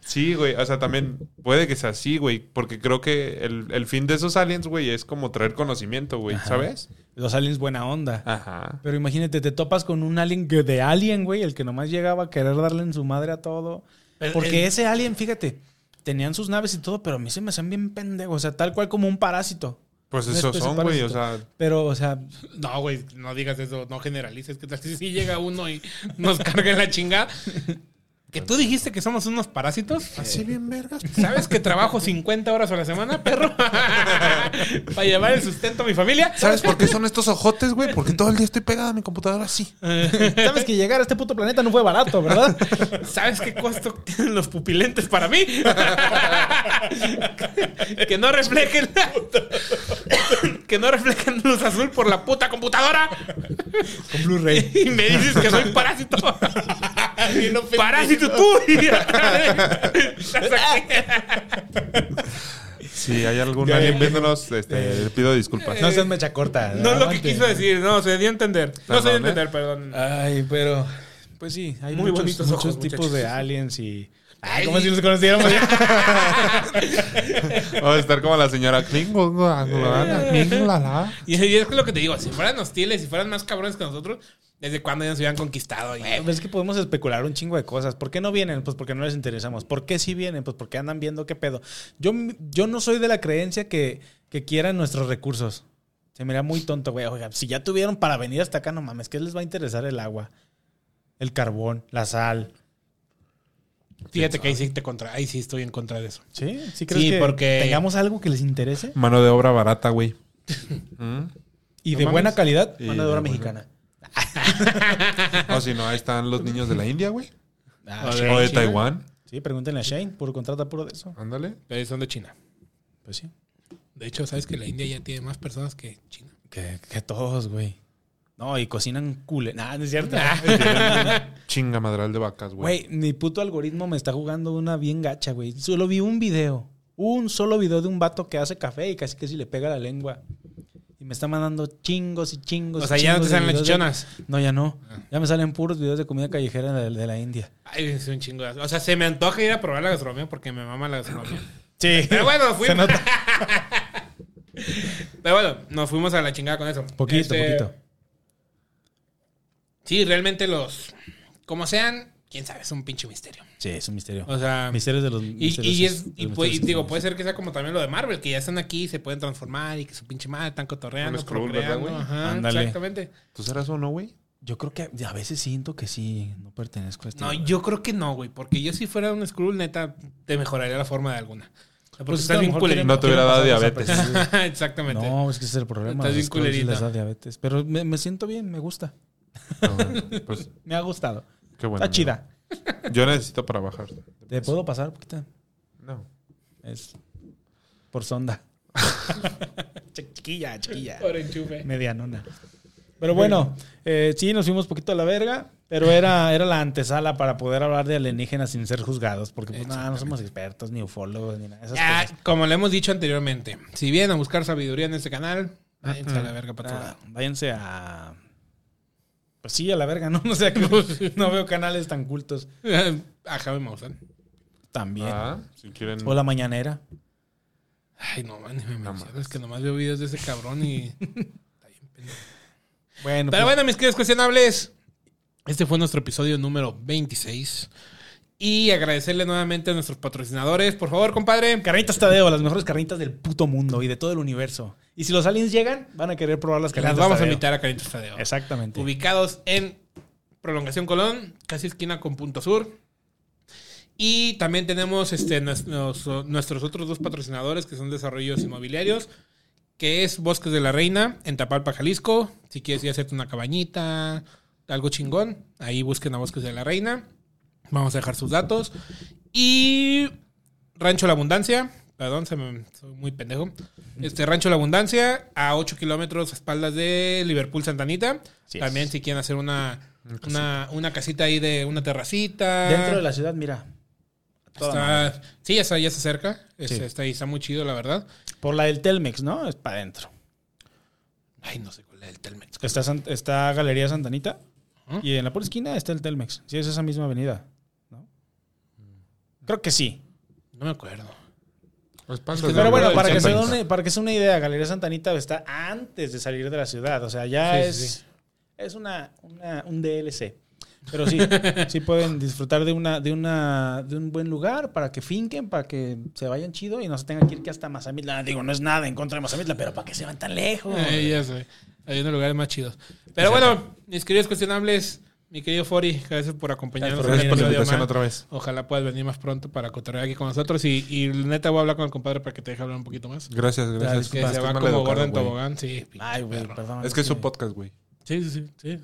Speaker 3: Sí, güey. O sea, también puede que sea así, güey. Porque creo que el, el fin de esos aliens, güey, es como traer conocimiento, güey.
Speaker 2: Ajá.
Speaker 3: ¿Sabes?
Speaker 2: Los aliens buena onda.
Speaker 3: Ajá.
Speaker 2: Pero imagínate, te topas con un alien que- de alien, güey, el que nomás llegaba a querer darle en su madre a todo.
Speaker 1: Pero
Speaker 2: Porque
Speaker 1: el-
Speaker 2: ese alien, fíjate, tenían sus naves y todo, pero a mí se me hacían bien pendejos. O sea, tal cual como un parásito.
Speaker 3: Pues
Speaker 2: Una
Speaker 3: esos
Speaker 2: especie
Speaker 3: son, güey. O
Speaker 2: parásito.
Speaker 3: sea,
Speaker 2: Pero, o sea,
Speaker 1: No, güey, no digas eso, no generalices. Que tal si sí llega uno y nos carga en la chingada? Que tú dijiste que somos unos parásitos.
Speaker 3: así bien vergas.
Speaker 1: ¿Sabes que trabajo 50 horas a la semana, perro? Para llevar el sustento a mi familia.
Speaker 3: ¿Sabes por qué son estos ojotes, güey? Porque todo el día estoy pegada a mi computadora así.
Speaker 2: sabes que llegar a este puto planeta no fue barato, ¿verdad?
Speaker 1: ¿Sabes qué costo tienen los pupilentes para mí? que no reflejen. que no reflejen luz azul por la puta computadora.
Speaker 2: Con Blu-ray.
Speaker 1: Y me dices que soy parásito. parásito tú. Estás aquí.
Speaker 3: Si hay algún
Speaker 2: Ya,
Speaker 3: alien
Speaker 2: ya.
Speaker 3: viéndonos, este, le pido disculpas.
Speaker 2: No seas mecha corta.
Speaker 1: no es lo que
Speaker 2: aguante.
Speaker 1: quiso decir, no, se dio a entender. No se dio a
Speaker 3: Perdón, ¿eh?
Speaker 1: entender, perdón.
Speaker 2: Ay, pero. Pues sí, hay
Speaker 1: Muy
Speaker 2: muchos,
Speaker 1: bonitos
Speaker 2: muchos
Speaker 1: ojos,
Speaker 2: tipos
Speaker 1: muchachos.
Speaker 2: de aliens y.
Speaker 1: Ay.
Speaker 2: Ay, como si nos conociéramos.
Speaker 3: Vamos a estar como la señora Ah, Klingon.
Speaker 1: Y, y es lo que te digo, si fueran hostiles, si fueran más cabrones que nosotros, ¿desde cuándo ya nos hubieran conquistado? Y-
Speaker 2: Es que podemos especular un chingo de cosas. ¿Por qué no vienen? Pues porque no les interesamos. ¿Por qué sí vienen? Pues porque andan viendo qué pedo. Yo, yo no soy de la creencia que, que quieran nuestros recursos. Se me da muy tonto, güey. Oiga, si ya tuvieron para venir hasta acá, no mames, ¿qué les va a interesar el agua? El carbón, la sal. pues,
Speaker 1: Fíjate
Speaker 2: ah.
Speaker 1: que ahí sí, te contra, ahí sí estoy en contra de eso.
Speaker 2: ¿Sí? ¿Sí crees
Speaker 1: Sí,
Speaker 2: que
Speaker 1: porque-
Speaker 2: tengamos algo que les interese?
Speaker 3: Mano de obra barata, güey. ¿Mm?
Speaker 2: Y
Speaker 3: No
Speaker 2: de
Speaker 3: mames.
Speaker 2: buena calidad,
Speaker 3: Y
Speaker 2: mano de
Speaker 3: de
Speaker 2: obra
Speaker 3: buena-
Speaker 2: mexicana.
Speaker 3: O si no, ahí están los niños de la India, güey.
Speaker 2: Ah,
Speaker 1: O
Speaker 2: sí.
Speaker 1: de
Speaker 3: O de
Speaker 1: China.
Speaker 3: Taiwán.
Speaker 2: Sí, pregúntenle a Shane, puro contrata puro de eso.
Speaker 3: Ándale.
Speaker 1: Pero son de China.
Speaker 2: Pues sí.
Speaker 1: De hecho, sabes que la India ya tiene más personas que China.
Speaker 2: Que, que todos, güey. No, y cocinan cool. Nah, no es cierto.
Speaker 3: Chinga madral de vacas, güey.
Speaker 2: Güey, mi puto algoritmo me está jugando una bien gacha, güey. Solo vi un video. Un solo video de un vato que hace café y casi que si le pega la lengua. Y me está mandando chingos y chingos.
Speaker 1: O
Speaker 2: y
Speaker 1: sea, ya no te
Speaker 2: chingos de
Speaker 1: salen las
Speaker 2: videos de-
Speaker 1: chichonas. Ah.
Speaker 2: No, ya no. Ya me salen puros videos de comida callejera de, de la India.
Speaker 1: Ay, es un chingo. de- O sea, se me antoja ir a probar la gastronomía porque me mama la gastronomía.
Speaker 2: Sí.
Speaker 1: Pero bueno,
Speaker 2: Se
Speaker 1: fuimos.
Speaker 2: nota.
Speaker 1: Pero bueno, nos fuimos a la chingada con eso.
Speaker 2: Poquito,
Speaker 1: Este,
Speaker 2: poquito.
Speaker 1: Sí, realmente los. Como sean, quién sabe, es un pinche misterio.
Speaker 2: Sí, es un misterio.
Speaker 1: O sea.
Speaker 2: Misterios de los
Speaker 1: Y,
Speaker 2: misterios
Speaker 1: y, es-
Speaker 2: de los
Speaker 1: y, pues-
Speaker 2: misterios
Speaker 1: y digo,
Speaker 2: extraños.
Speaker 1: puede ser que sea como también lo de Marvel, que ya están aquí, y se pueden transformar y que su pinche madre están cotorreando,
Speaker 3: Un Skrull,
Speaker 1: procreando,
Speaker 3: ¿verdad, güey?
Speaker 1: ajá,
Speaker 2: Ándale.
Speaker 1: exactamente.
Speaker 3: ¿Tú serás uno, güey?
Speaker 2: Yo creo que a veces siento que sí, no pertenezco a este.
Speaker 1: No,
Speaker 2: lugar.
Speaker 1: yo creo que no, güey, porque yo si fuera un Skrull, neta, te mejoraría la forma de alguna. O sea, Porque
Speaker 2: Pues es que a
Speaker 1: estás
Speaker 2: lo
Speaker 1: bien
Speaker 2: mejor
Speaker 1: culerito.
Speaker 2: quieren-
Speaker 3: No te hubiera
Speaker 2: quieren
Speaker 3: dado
Speaker 2: pasar
Speaker 3: diabetes.
Speaker 2: desapercibido.
Speaker 1: exactamente.
Speaker 2: No, es que ese es el problema.
Speaker 1: Estás
Speaker 2: los
Speaker 1: bien
Speaker 2: Skrulls sí
Speaker 1: culerita.
Speaker 2: les da diabetes. Pero me, me siento bien, me gusta.
Speaker 3: No, pues
Speaker 2: Me ha gustado.
Speaker 3: qué bueno.
Speaker 2: Está chida.
Speaker 3: amigo. Yo necesito para bajar.
Speaker 2: ¿Te puedo pasar poquita?
Speaker 3: No.
Speaker 2: Es por sonda. chiquilla, chiquilla.
Speaker 1: Por enchufe.
Speaker 2: Medianona. Pero bueno, eh, sí, nos fuimos poquito a la verga, pero era, era la antesala para poder hablar de alienígenas sin ser juzgados, porque pues nada, no somos expertos, ni ufólogos, ni nada. de Esas
Speaker 1: Ya,
Speaker 2: cosas.
Speaker 1: como le hemos dicho anteriormente, si vienen a buscar sabiduría en este canal, váyanse a la verga para
Speaker 2: Ah,
Speaker 1: otro lado.
Speaker 2: váyanse a. Pues sí, a la verga, ¿no? O sea, que no veo canales tan cultos
Speaker 1: A Jaime Maussan.
Speaker 2: también.
Speaker 3: Ah, si quieren.
Speaker 2: O la mañanera.
Speaker 1: Ay, no, man, ni me
Speaker 3: No
Speaker 1: mencionas, que nomás veo videos de ese cabrón y...
Speaker 2: Bueno,
Speaker 1: Pero
Speaker 2: pues,
Speaker 1: bueno, mis queridos cuestionables, este fue nuestro episodio número 26. Y agradecerle nuevamente a nuestros patrocinadores. Por favor, compadre.
Speaker 2: Carnitas Tadeo, las mejores carnitas del puto mundo y de todo el universo. Y si los aliens llegan, van a querer probar las
Speaker 1: Las
Speaker 2: carnitas.
Speaker 1: vamos a
Speaker 2: Tadeo.
Speaker 1: invitar a Caritas Tadeo.
Speaker 2: Exactamente.
Speaker 1: Ubicados en Prolongación Colón, casi esquina con Punto Sur. Y también tenemos este, nues- nos- nuestros otros dos patrocinadores que son desarrollos inmobiliarios, que es Bosques de la Reina en Tapalpa, Jalisco. Si quieres ir a hacerte una cabañita, algo chingón, ahí busquen a Bosques de la Reina. Vamos a dejar sus datos. Y Rancho La Abundancia. Perdón, se me, soy muy pendejo. Este Rancho La Abundancia, a 8 kilómetros a espaldas de Liverpool Santanita.
Speaker 2: Así es.
Speaker 1: También si quieren hacer una, una, una casita ahí de una terracita.
Speaker 2: Dentro de la ciudad, mira. a toda madre.
Speaker 1: Está, sí, está, ya se acerca. Es-
Speaker 2: Sí.
Speaker 1: Está ahí, está muy chido, la verdad.
Speaker 2: Por la del Telmex, ¿no? Es para adentro.
Speaker 1: Ay, no sé cuál es el Telmex.
Speaker 2: Está, San- está Galería Santanita.
Speaker 1: Ujú.
Speaker 2: Y en la por esquina está el Telmex. Sí, es esa misma avenida. ¿no? Creo que sí.
Speaker 1: No me acuerdo.
Speaker 3: Espaldas
Speaker 1: Pero
Speaker 3: de-
Speaker 2: Pero bueno,
Speaker 1: del
Speaker 2: para que, se
Speaker 1: Telmex.
Speaker 2: den una- para que sea una idea, Galería Santanita está antes de salir de la ciudad. O sea, ya
Speaker 1: Sí, sí,
Speaker 2: es,
Speaker 1: sí.
Speaker 2: es una, una- un DLC. Pero sí, sí pueden disfrutar de una, de una, de un buen lugar para que finquen, para que se vayan chido y no se tengan que ir que hasta Mazamitla. Ah, Digo, no es nada en contra de Mazamitla, pero para que se van tan lejos.
Speaker 1: Eh, ya sé. Hay unos lugares más chidos. Pero bueno, mis queridos cuestionables, mi querido Fori, gracias por acompañarnos.
Speaker 2: Gracias por
Speaker 1: en el
Speaker 3: Gracias por la
Speaker 1: episodio
Speaker 3: invitación
Speaker 1: más.
Speaker 3: otra vez.
Speaker 1: Ojalá puedas venir más pronto para cotorrear aquí con nosotros. Y, y neta, voy a hablar con el compadre para que te deje hablar un poquito más.
Speaker 3: Gracias, gracias.
Speaker 1: Que
Speaker 3: Estás
Speaker 1: se va
Speaker 3: mal
Speaker 1: como
Speaker 3: educado,
Speaker 1: gordo en
Speaker 3: güey.
Speaker 1: tobogán, sí.
Speaker 2: Ay, güey, perdón.
Speaker 3: Es que es su podcast, güey.
Speaker 1: Sí, sí, sí, sí.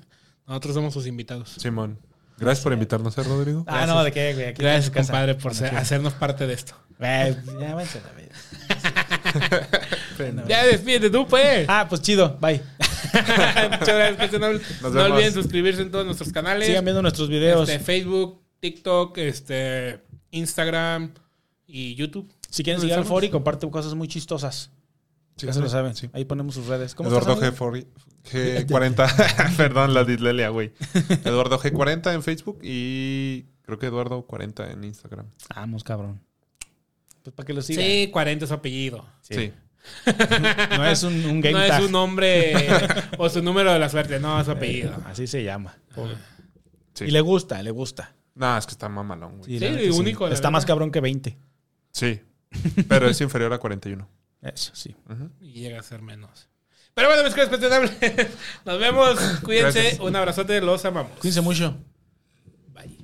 Speaker 1: Nosotros somos sus invitados.
Speaker 3: Simón. Gracias por invitarnos, ¿eh, Rodrigo.
Speaker 2: Ah, no, de qué, güey. Aquí
Speaker 1: Gracias,
Speaker 2: está en su casa.
Speaker 1: compadre, por ser- hacernos parte de esto.
Speaker 2: Güey, ya váyanse a la verga. Bueno,
Speaker 1: Ya despídete tú, pues.
Speaker 2: Ah, pues chido, bye.
Speaker 1: Muchas gracias, cuestionable. No,
Speaker 3: vemos.
Speaker 1: olviden suscribirse en todos nuestros canales.
Speaker 2: Sigan viendo nuestros videos.
Speaker 1: este, Facebook, TikTok, este, Instagram y YouTube.
Speaker 2: Si quieren
Speaker 1: ¿Dónde
Speaker 2: seguir al
Speaker 1: estamos?
Speaker 2: Fori, comparte cosas muy chistosas.
Speaker 3: Sí,
Speaker 2: ya se lo
Speaker 3: sí,
Speaker 2: saben.
Speaker 3: sí.
Speaker 2: Ahí ponemos sus redes. ¿Cómo
Speaker 3: Eduardo
Speaker 2: estás,
Speaker 3: G.
Speaker 2: amigo?
Speaker 3: Forri- G40. Perdón, la dislelia, güey. Eduardo G40 en Facebook y creo que Eduardo 40 en Instagram.
Speaker 2: Vamos, cabrón. Pues para que lo
Speaker 1: Sí,
Speaker 2: sigan.
Speaker 1: 40 es su apellido.
Speaker 3: Sí.
Speaker 2: No es un, un game
Speaker 1: no
Speaker 2: tag.
Speaker 1: es su nombre o su número de la suerte, no, es su apellido.
Speaker 2: Así se llama. Pobre.
Speaker 3: Sí.
Speaker 2: Y le gusta, le gusta.
Speaker 3: No, es que está mamalón, güey.
Speaker 2: Sí, la
Speaker 1: Sí,
Speaker 2: neta que sí.
Speaker 1: único, la
Speaker 2: Está
Speaker 1: verdad.
Speaker 2: más cabrón que 20.
Speaker 3: Sí. Pero es inferior a 41.
Speaker 2: Eso sí.
Speaker 3: Ujú.
Speaker 1: Y llega a ser menos. Pero bueno, mis queridos cuestionables, nos vemos. Cuídense,
Speaker 3: Gracias.
Speaker 1: un abrazote, los amamos.
Speaker 2: Cuídense mucho.
Speaker 1: Bye.